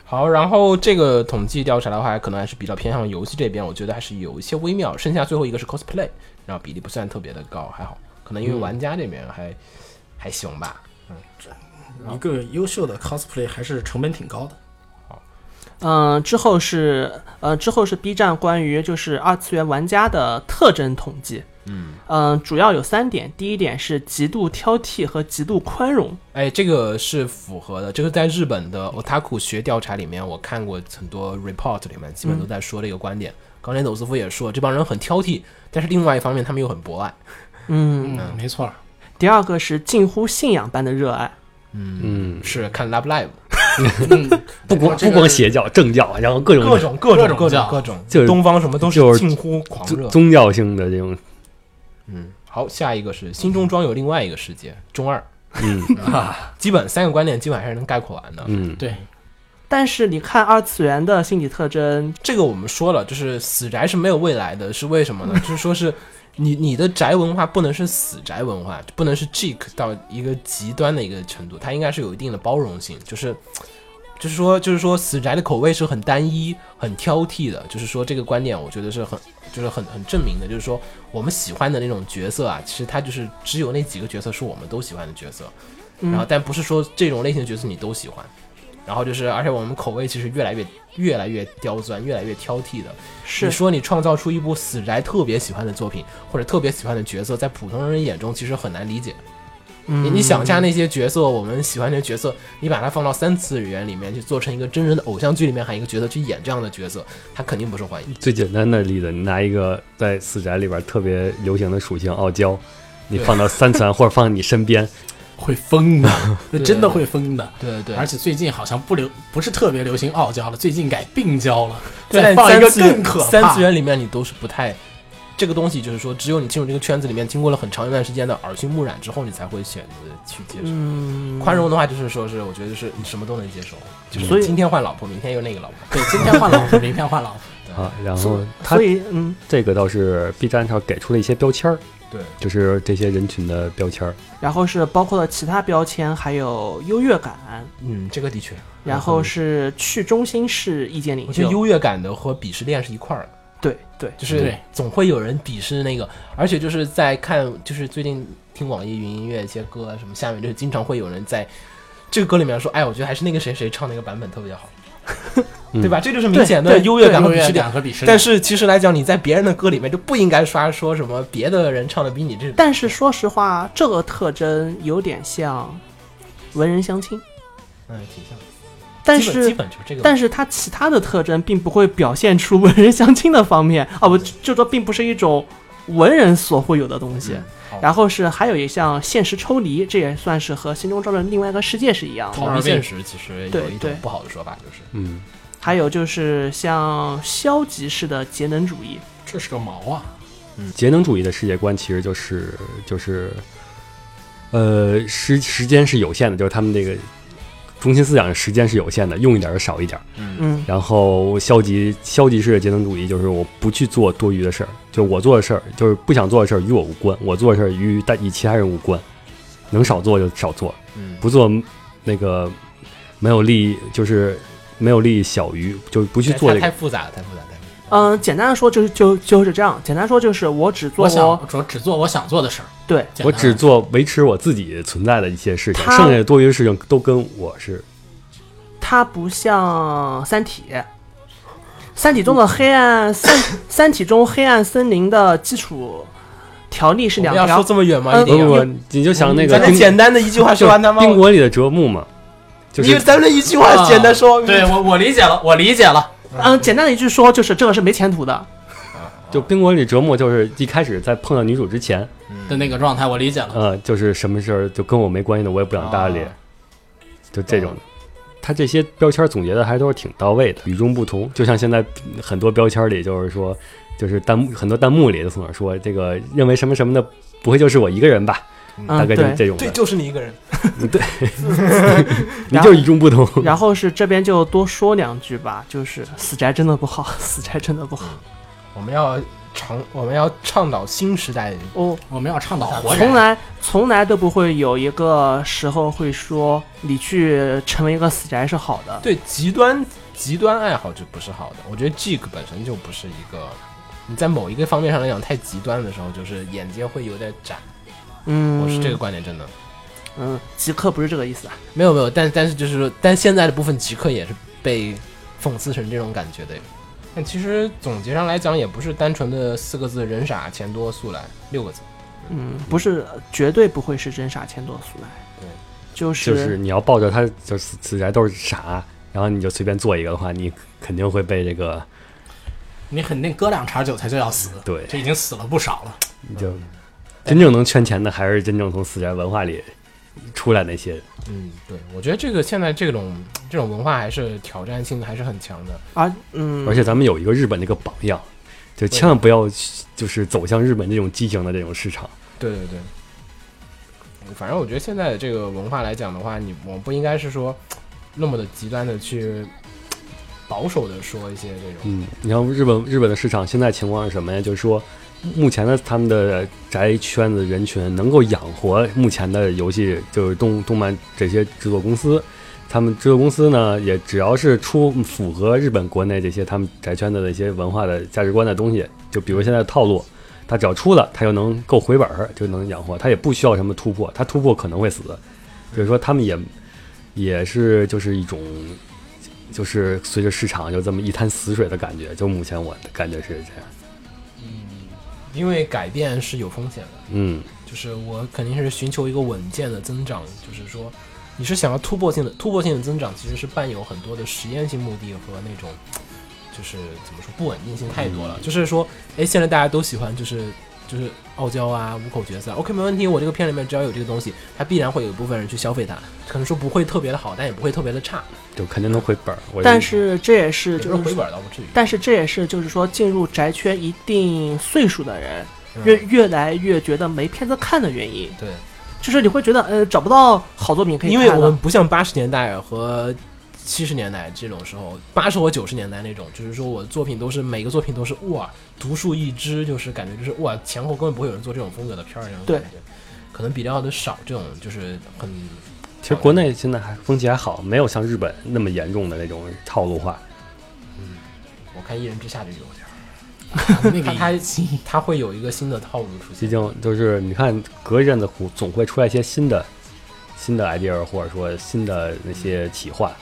好。然后这个统计调查的话，可能还是比较偏向游戏这边，我觉得还是有一些微妙。剩下最后一个是 cosplay，然后比例不算特别的高，还好，可能因为玩家这边还嗯还行吧。
一个优秀的 cosplay 还是成本挺高的。
嗯，之后是呃，之后是 B 站关于就是二次元玩家的特征统计。嗯主要有三点，第一点是极度挑剔和极度宽容。
哎，这个是符合的，这个在日本的 otaku 学调查里面，我看过很多 report 里面，基本都在说这个观点。刚才走斯夫也说，这帮人很挑剔，但是另外一方面他们又很博爱。
嗯，
嗯，没错儿。
第二个是近乎信仰般的热爱。
嗯，
是看 Love Live，
不光不光邪教、政教，然后各种
各种各种
各种
各种
教
各种，
就是
东方什么都
就是是
近乎狂
宗
热。
宗教性的这种，
嗯，好，下一个是心中装有另外一个世界，中二，
嗯
啊
基本三个观点基本还是能概括完的。
嗯，
对，
但是你看二次元的心理特征，
这个我们说了，就是死宅是没有未来的，是为什么呢？就是说是你你的宅文化不能是死宅文化，不能是 geek 到一个极端的一个程度，它应该是有一定的包容性，就是。就是说，就是说，死宅的口味是很单一、很挑剔的。就是说，这个观点我觉得是很，就是很很证明的。就是说，我们喜欢的那种角色啊，其实它就是只有那几个角色是我们都喜欢的角色。
嗯
然后但不是说这种类型的角色你都喜欢，然后就是而且我们口味其实越来越越来越刁钻，越来越挑剔的。
是
你说你创造出一部死宅特别喜欢的作品，或者特别喜欢的角色，在普通人眼中其实很难理解。
嗯
你你想一下那些角色，我们喜欢的角色，你把它放到三次元里面去做成一个真人的偶像剧里面喊一个角色去演这样的角色，他肯定不受欢迎。
最简单的例子，你拿一个在死宅里边特别流行的属性傲娇，你
对
放到三 次元或者放你身边，
会疯 的，那真的会疯的。
对对
而且最近好像不流，不是特别流行傲娇了，最近改病娇了，
在
再放一
三
个
次元
更可怕。
三次元里面你都是不太。这个东西就是说，只有你进入这个圈子里面，经过了很长一段时间的耳濡目染之后，你才会选择去接受。
嗯，
宽容的话，就是说是我觉得就是你什么都能接受，就
所
是
以
今天换老婆，明天又那个老婆。
对，今天换老婆，明天换老婆，
啊，然后他
所以嗯，
这个倒是 B 站上给出了一些标签儿，
对，
就是这些人群的标签儿。
然后是包括了其他标签，还有优越感，
嗯，这个的确，
然后是去中心式意见领
我觉得
袖，
优越感的和鄙视链是一块儿的。
对对，
就是
对
总会有人鄙视那个，而且就是在看，就是最近听网易云音乐一些歌啊什么，下面就是经常会有人在这个歌里面说，哎，我觉得还是那个谁谁唱那个版本特别好， 对吧？这就是明显的
对对
优越感和
优
鄙
越
视感
感。和鄙视
但
链。
是其实来讲，你在别人的歌里面就不应该刷说什么别的人唱的比你这，
但是说实话，这个特征有点像文人相亲，
嗯，挺像的。
但
基本基
是
本就是这个，
但是它其他的特征并不会表现出文人相亲的方面啊，不，就说并不是一种文人所会有的东西。
嗯好
然后是还有一项现实抽离，这也算是和心中照的另外一个世界是一样的。
逃避现实其实有
对
一种
对
不好的说法，就是
嗯，
还有就是像消极式的节能主义，
这是个毛啊！
节能主义的世界观其实就是就是，呃，时时间是有限的，就是他们这个中心思想，时间是有限的，用一点儿就少一点儿。
嗯，
然后消极消极式的节能主义就是我不去做多余的事儿，就是我做的事儿，就是不想做的事儿与我无关，我做的事儿与但与其他人无关，能少做就少做，
嗯，
不做那个没有利益，就是没有利益小于，就是不去做
太
这
太
个。
复杂了，太复杂，太复杂。
嗯、简单的说就是就就是这样，简单说就是我只做
我想
我
我只做我想做的事儿，
对
简单
我只做维持我自己存在的一些事情，
他
剩下的多余的事情都跟我是
它不像《三体》，《三体》中的黑暗三，《三体》中黑暗森林的基础条例是
我
两
们要说
条，
这么远吗？
嗯
一
不
定
不
要
不，你就想那个
咱这
冰
简单的一句话说完他妈，
冰国里的折木嘛，就
你
是
咱们一句话简单说，
对我我理解了，我理解了。
嗯，简单的一句说就是这个是没前途的，
就冰国里折木，就是一开始在碰到女主之前。
的那个状态，我理解了。
呃，就是什么事儿就跟我没关系的，我也不想搭理，
啊
就这种的。他这些标签儿总结的还都是挺到位的，与众不同。就像现在很多标签儿里，就是说，就是弹幕很多弹幕里都总是说这个认为什么什么的，不会就是我一个人吧？大
嗯，
概就是
对。
这种
对，
的，
就是你一个人。
你就是与众不同。
然后是这边就多说两句吧，就是死宅真的不好， 死宅真的不好
我们要倡，我们要倡导新时代的人，
哦。
我们要倡导活
从
人，
来从来都不会有一个时候会说你去成为一个死宅是好的，
对极端极端爱好就不是好的。我觉得 geek 本身就不是一个，你在某一个方面上来讲太极端的时候，就是眼睛会有点窄。
嗯，
我是这个，观点，真的
嗯，极客不是这个意思啊，
没有没有，但但是就是说，但现在的部分极客也是被讽刺成这种感觉的。但其实总结上来讲，也不是单纯的四个字“人傻钱多速来”六个字。
嗯，不是绝对不会是真傻钱多俗来，
对，
就是
就是你要抱着他，就是死死宅都是傻，然后你就随便做一个的话，你肯定会被这个
你肯定割两茬韭菜就要死，
对，
这已经死了不少了。
你就真正能圈钱的，还是真正从死宅文化里出来那些人。
嗯，对，我觉得这个现在这种这种文化还是挑战性还是很强的。
而嗯，
而且咱们有一个日本这个榜样，就千万不要去就是走向日本这种畸形的这种市场。
对对对，反正我觉得现在的这个文化来讲的话，你我不应该是说那么的极端的去保守的说一些这种。
嗯，你像日本日本的市场现在情况是什么呀？就是说，目前的他们的宅圈子人群能够养活目前的游戏，就是动动漫这些制作公司。他们制作公司呢，也只要是出符合日本国内这些他们宅圈子的一些文化的价值观的东西，就比如现在的套路，它只要出了，它就能够回本儿，就能养活，它也不需要什么突破，它突破可能会死，就是说他们也也是就是一种，就是随着市场就这么一滩死水的感觉。就目前我的感觉是这样，
因为改变是有风险的。
嗯
就是我肯定是寻求一个稳健的增长，就是说你是想要突破性的突破性的增长，其实是伴有很多的实验性目的和那种就是怎么说不稳定性太多了。就是说，哎，现在大家都喜欢就是就是傲娇啊、五口角色，OK，没问题，我这个片里面只要有这个东西，它必然会有一部分人去消费它，可能说不会特别的好，但也不会特别的差，
就肯定能回本儿。我
但是这也是
也不
就是是
回本倒不至于。
但是这也是就是说进入宅圈一定岁数的人，
嗯
越越来越觉得没片子看的原因，
对，
就是你会觉得呃找不到好作品可以
因
看
为我
了
们不像八十年代和七十年代这种时候，八十或九十年代那种，就是说我作品都是每个作品都是哇独树一帜，就是感觉就是哇前后根本不会有人做这种风格的片儿那种
对
感觉，可能比较的少这种就是很
其实国内现在还风气还好，没有像日本那么严重的那种套路化。
我看《一人之下》就有 点儿，
那
他
个
他他会有一个新的套路出
毕
现，
竟就是你看，隔一阵子总总会出来一些新的、新的 idea，或者说新的那些企划，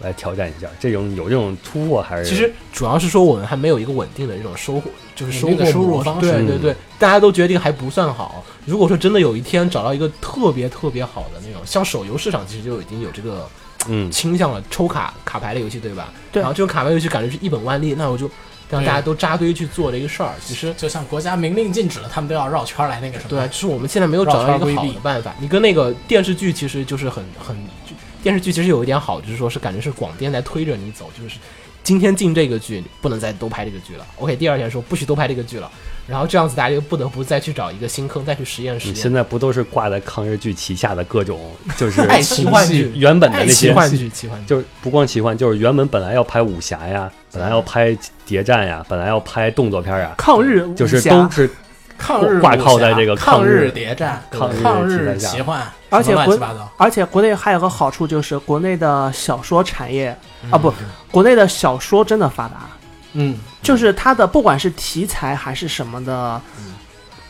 来挑战一下。这种有这种突破还是
其实主要是说我们还没有一个稳定的这种收获，就是收
稳定
获
的收入
模式
方式
对对对，大家都觉得这个还不算好。如果说真的有一天找到一个特别特别好的那种，像手游市场其实就已经有这个
嗯，
倾向了抽卡卡牌类游戏，对吧？
对
然后这种卡牌游戏感觉是一本万利，那我就让
对
大家都扎堆去做这个事儿。其实，
就像国家明令禁止了，他们都要绕圈儿来那个什么。
对啊，就是我们现在没有找到一个好
绕圈
的
规避
办法。你跟那个电视剧其实就是很很，就电视剧其实有一点好，就是说是感觉是广电在推着你走，就是今天进这个剧，不能再多拍这个剧了。OK，第二天说不许多拍这个剧了，然后这样子大家就不得不再去找一个新坑，再去实验实
你
验。
现在不都是挂在抗日剧旗下的各种，就是
爱奇幻剧，
原本的
爱
那
奇
些，
幻剧，奇幻剧。
就是不光奇幻，就是原本本来要拍武侠呀，本来要拍谍战呀，本来要拍动作片呀，
抗日武
就是
侠
都是
抗日
挂
武
靠在
侠
这个抗
抗
日
谍战、
抗日
抗
题材
日
下
奇幻，
而且
什么乱
国
七八糟。
而且国内还有个好处就是，国内的小说产业、啊，不，国内的小说真的发达，
嗯，
就是它的不管是题材还是什么的，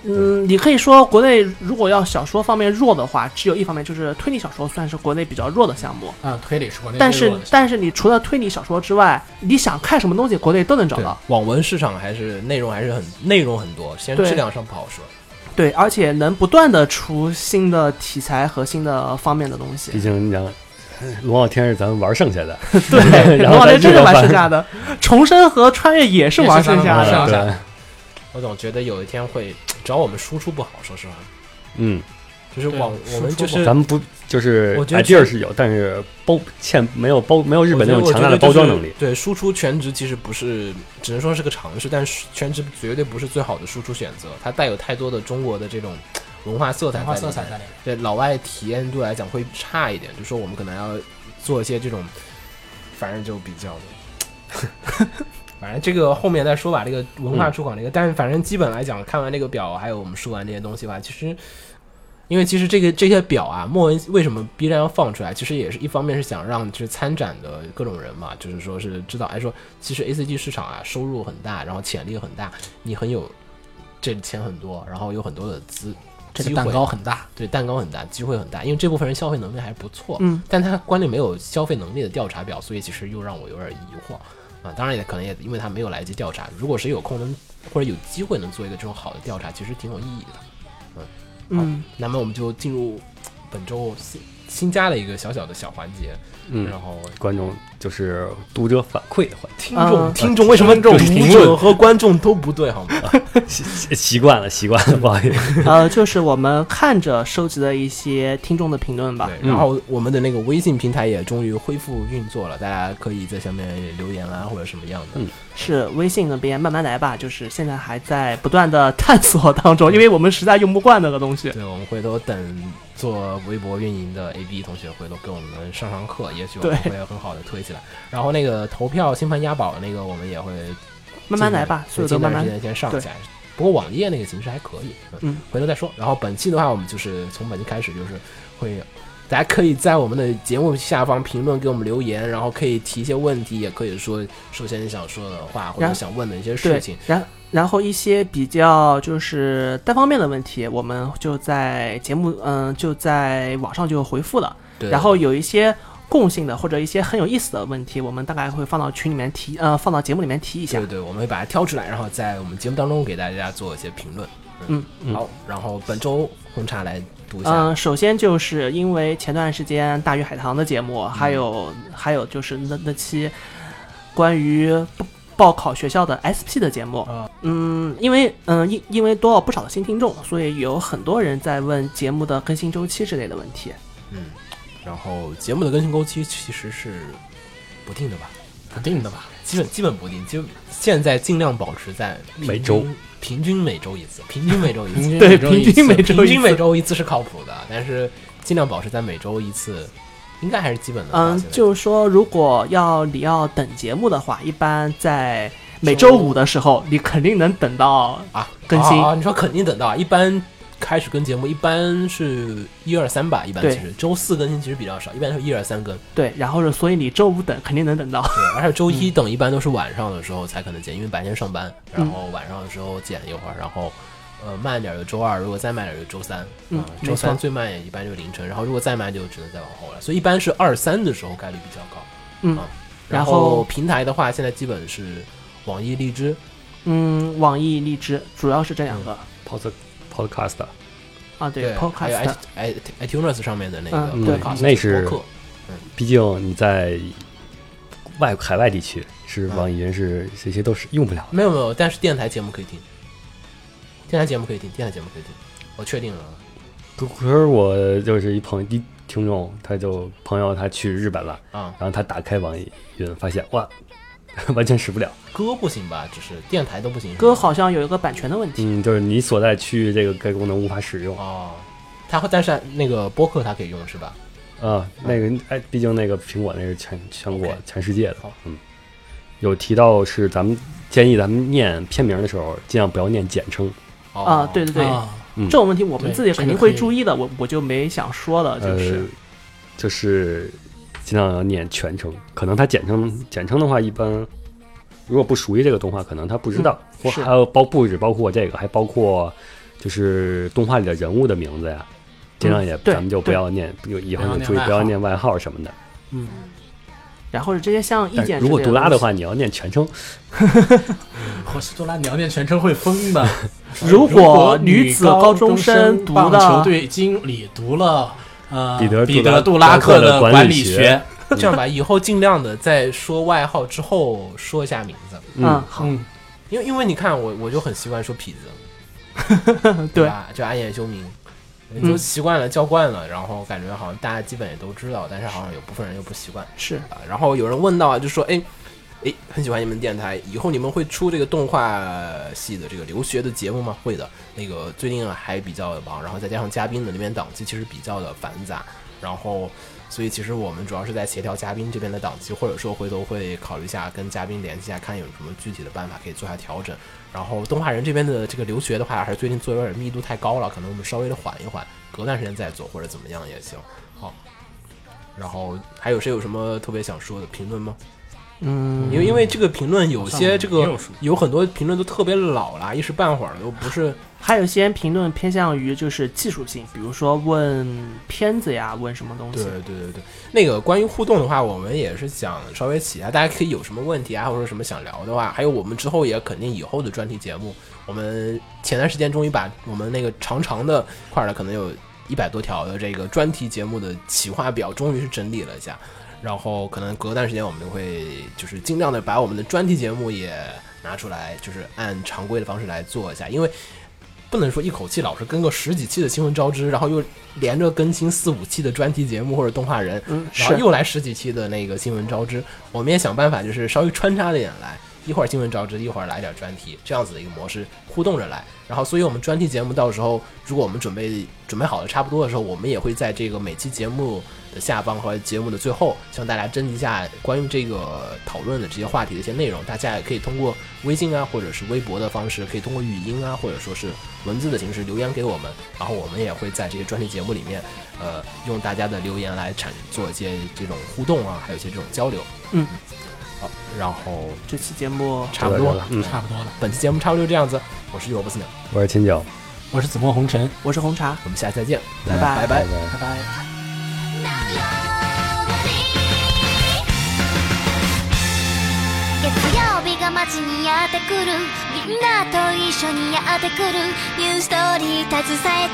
嗯，你可以说国内如果要小说方面弱的话，只有一方面就是推理小说算是国内比较弱的项目。
啊，推理是国内
但
最
是
弱的，
但是你除了推理小说之外，你想看什么东西，国内都能找
对
到。，
网文市场还是内容还是很内容很多，先
对
质量上不好说。
对，而且能不断的出新的题材和新的方面的东西
毕。竟你讲呃龙傲天是咱们玩剩 下的，
对，
然
然
后
后
咱
这真
这
的
个
玩
玩
剩下的，重生和穿越也是
也是咱
玩剩
们
下
玩
的
剩。下
嗯对，
我总觉得有一天会，只要我们输出不好，说实话，
嗯，
就是
对
网
输
我们
出
就
不
是
咱们不就是
我觉得
idea 是有，但是包欠没有包没有日
我
本
觉
那
得
种
我
强
觉
大的
得就
包装
是
能力。
对，输出全职其实不是，只能说是个尝试，但是全职绝对不是最好的输出选择，它带有太多的中国的这种文化色彩在里
文化
面，
色彩在里面。
对老外体验度来讲会差一点，就说我们可能要做一些这种，反正就比较的， 反正这个后面再说吧，这个文化出口这个，但反正基本来讲，看完这个表，啊还有我们说完这些东西吧，其实。因为其实这个这些表啊，莫文为什么必然要放出来？其实也是一方面是想让就是参展的各种人嘛，就是说是知道，哎说其实 A C G 市场啊收入很大，然后潜力很大，你很有这钱很多，然后有很多的资
这
机
个
会
蛋糕很大，
对，蛋糕很大，机会很大，因为这部分人消费能力还是不错，
嗯，
但他关键没有消费能力的调查表，所以其实又让我有点疑惑啊。当然也可能也因为他没有来及调查，如果谁有空能或者有机会能做一个这种好的调查，其实挺有意义的。
嗯，
那么我们就进入本周新新加了一个小小的小环节，
嗯
然，后
观众就是读者反馈的环
听
节，
众、
嗯
听众为什么读
啊评
者
论
和观众都不对好吗？
习习惯了习惯了，不好意思。
呃，就是我们看着收集的一些听众的评论
嗯
吧。
对，然后我们的那个微信平台也终于恢复运作了，大家可以在下面留言啊或者什么样的。
嗯
是微信那边慢慢来吧，就是现在还在不断的探索当中，因为我们实在用不惯那个东西。
对，我们回头等做微博运营的 AB 同学回头给我们上上课，也许我们
对
会有很好的推起来。然后那个投票星盘押宝那个，我们也会
慢慢来吧，
最
所有都
近
慢
段时
慢。
间先上
对
起来。不过网页那个形式还可以，
嗯，
回头再说。然后本期的话，我们就是从本期开始，就是会大家可以在我们的节目下方评论给我们留言，然后可以提一些问题，也可以说说些你想说的话或
然
者
后
想问的一些事
对
情。，
然然后一些比较就是单方面的问题，我们就在节目嗯、就在网上就回复了。
对
然后有一些共性的或者一些很有意思的问题，我们大概会放到群里面提，呃，放到节目里面提一下
对。对，我们会把它挑出来，然后在我们节目当中给大家做一些评论。
嗯
嗯
好，然后本周红茶来读一下。
嗯、首先就是因为前段时间大鱼海棠的节
嗯
目，还有还有就是那那期关于报报考学校的 SP 的节目
啊，
嗯，因为嗯因因为多了不少的新听众，所以有很多人在问节目的更新周期之类的问题。
然后节目的更新周期其实是不定的吧？
不定的吧？
基本基本不定，就现在尽量保持在平均
每周
平均每周一次，平均每周一次，
均
对
每周一
平均
次
每周
平
一
均
次
每周一次是靠谱的，但是尽量保持在每周一次，应该还是基本的吧。
嗯
现，在
就是说如果要你要等节目的话，一般在每周五的时候，你肯定能等到
啊
更新
啊，你说肯定等到，一般开始更节目一般是一二三吧，一般
对嗯
其实周四更新其实比较少，一般是一二三更，
对，然后是所以你周五等肯定能等到。
对，而且周一等一般都是晚上的时候才可能剪，因为白天上班，然后晚上的时候剪一会儿，然后呃慢一点就周二，如果再慢一点就周三，
嗯
啊
没
周三
错
最慢也一般就凌晨，然后如果再慢就只能再往后了，所以一般是二三的时候概率比较高。
嗯
啊
然
后
后
平台的话，现在基本是网易、荔枝，
嗯，网易、荔枝主要是这两个、
Pod Podcast，
啊，对
嗯还有
Podcast，
i i iTunes 上面的那个
嗯
对
podcast
那是
播客，
毕竟你在外海外地区是
啊
网易云是这些都是用不了的。
没有没有，但是电台节目可以听，电台节目可以听，电台节目可以听，我确定了啊。
可可是我就是一朋一听众，他就朋友他去日本了，
啊、
然后他打开网易云，发现哇， 完全使不了。
歌不行吧？只是电台都不行。是吗
歌好像有一个版权的问题。
嗯，就是你所在区域这个该功能无法使用啊
哦，它会，但是那个播客它可以用是吧？
啊。那个哎，毕竟那个苹果那是全全国
嗯 OK
全世界的
好，
嗯。有提到是咱们建议咱们念片名的时候，尽量不要念简称。
哦，
啊，对对对，
啊，
嗯
这种问题我们自己
对
肯定
这个可
会
以
注意的，我我就没想说了，就是
呃，就是尽量要念全称。可能它简称简称的话，一般如果不熟悉这个动画，可能他不知道。
嗯
或
是
还有包不只包括这个，还包括就是动画里的人物的名字呀，尽量也、
嗯对
咱们就不要念，有以后
不要
就
念
注意
外
不要
号
念外号什么的。
然后是这些像意
但
见
如
之
果
类
杜拉的
东
话，你要念全称。
我是多拉鸟念全称会疯 的。
西，如果女子高
高
中
生
读
棒球
了，
队经理读了呃
彼得
彼
杜拉
得杜拉克
的管
管
理
理
学
学，
这样吧，以后尽量的在说外号之后说一下名字，
嗯，好，
嗯，
因为因为你看我我就很习惯说痞子，
对，嗯
吧？就暗夜修明，你就习惯了叫惯了，然后感觉好像大家基本也都知道，但是好像有部分人又不习惯。
是
啊，然后有人问到啊，就说哎。哎，很喜欢你们电台，以后你们会出这个动画系的这个留学的节目吗？会的，那个最近啊还比较忙，然后再加上嘉宾的那边档期其实比较的繁杂，然后所以其实我们主要是在协调嘉宾这边的档期，或者说回头会考虑一下跟嘉宾联系一下，看有什么具体的办法可以做下调整。然后动画人这边的这个留学的话，还是最近做有点密度太高了，可能我们稍微的缓一缓，隔段时间再做或者怎么样也行。好，然后还有谁有什么特别想说的评论吗？
嗯
因为因为这个评论有些这
好像没
个
有什么
有很多评论都特别老了，一时半会儿又不是
还有一些评论偏向于就是技术性，比如说问片子呀，问什么东
对
西，
对对对，那个关于互动的话，我们也是想稍微起一下，大家可以有什么问题啊，或者什么想聊的话，还有我们之后也肯定以后的专题节目，我们前段时间终于把我们那个长长的块儿的，可能有一百多条的这个专题节目的企划表，终于是整理了一下，然后可能隔段时间我们就会就是尽量的把我们的专题节目也拿出来，就是按常规的方式来做一下，因为。不能说一口气老是更个十几期的新闻招知，然后又连着更新四五期的专题节目或者动画人，
嗯，
然后
是
又来十几期的那个新闻招知，我们也想办法就是稍微穿插着点来，一会儿新闻招知，一会儿来点专题，这样子的一个模式互动着来。然后，所以我们专题节目到时候，如果我们准备准备好的差不多的时候，我们也会在这个每期节目的下方和节目的最后，向大家征集一下关于这个呃讨论的这些话题的一些内容。大家也可以通过微信啊，或者是微博的方式，可以通过语音啊，或者说是文字的形式留言给我们，然后我们也会在这些专题节目里面，呃，用大家的留言来产做一些这种互动啊，还有一些这种交流。
嗯，
好，然后
这期节目
差不多
对
了
了，嗯
差不多了。
本期节目差不多就这样子，我是尤不思鸟，
我是秦九，
我是紫陌红尘，
我是红茶，
我们下期再见，
拜
拜拜。
拜。
拜拜。
「涙が曜日が街にやってくるみんなと一緒にやってくるニューストーリー携え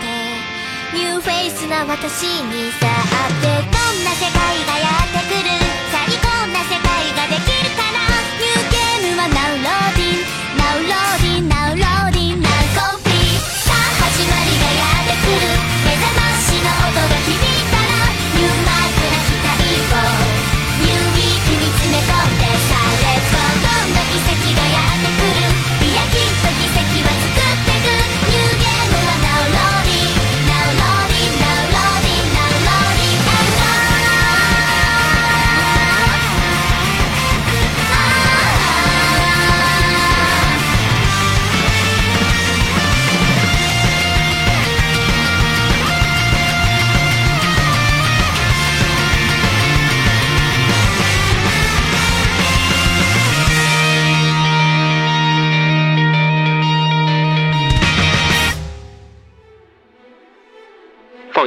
てニューフェイスな私にさあってどんな世界がやってくる最高な世界ができるからニューゲームはナウローディンナウローディンナウローディンナウコピーさあ始まりがやってくる目覚ましの音が響いたらニューマークな期待をニューウィークに詰め込んでさレッツゴーどんな奇跡がやってくるいやきっと奇跡は作ってくニューゲームはナウローディンナウローディンナウローディンナウローディンナウロ
放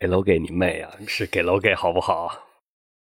给楼给你妹啊！是给楼给好不好？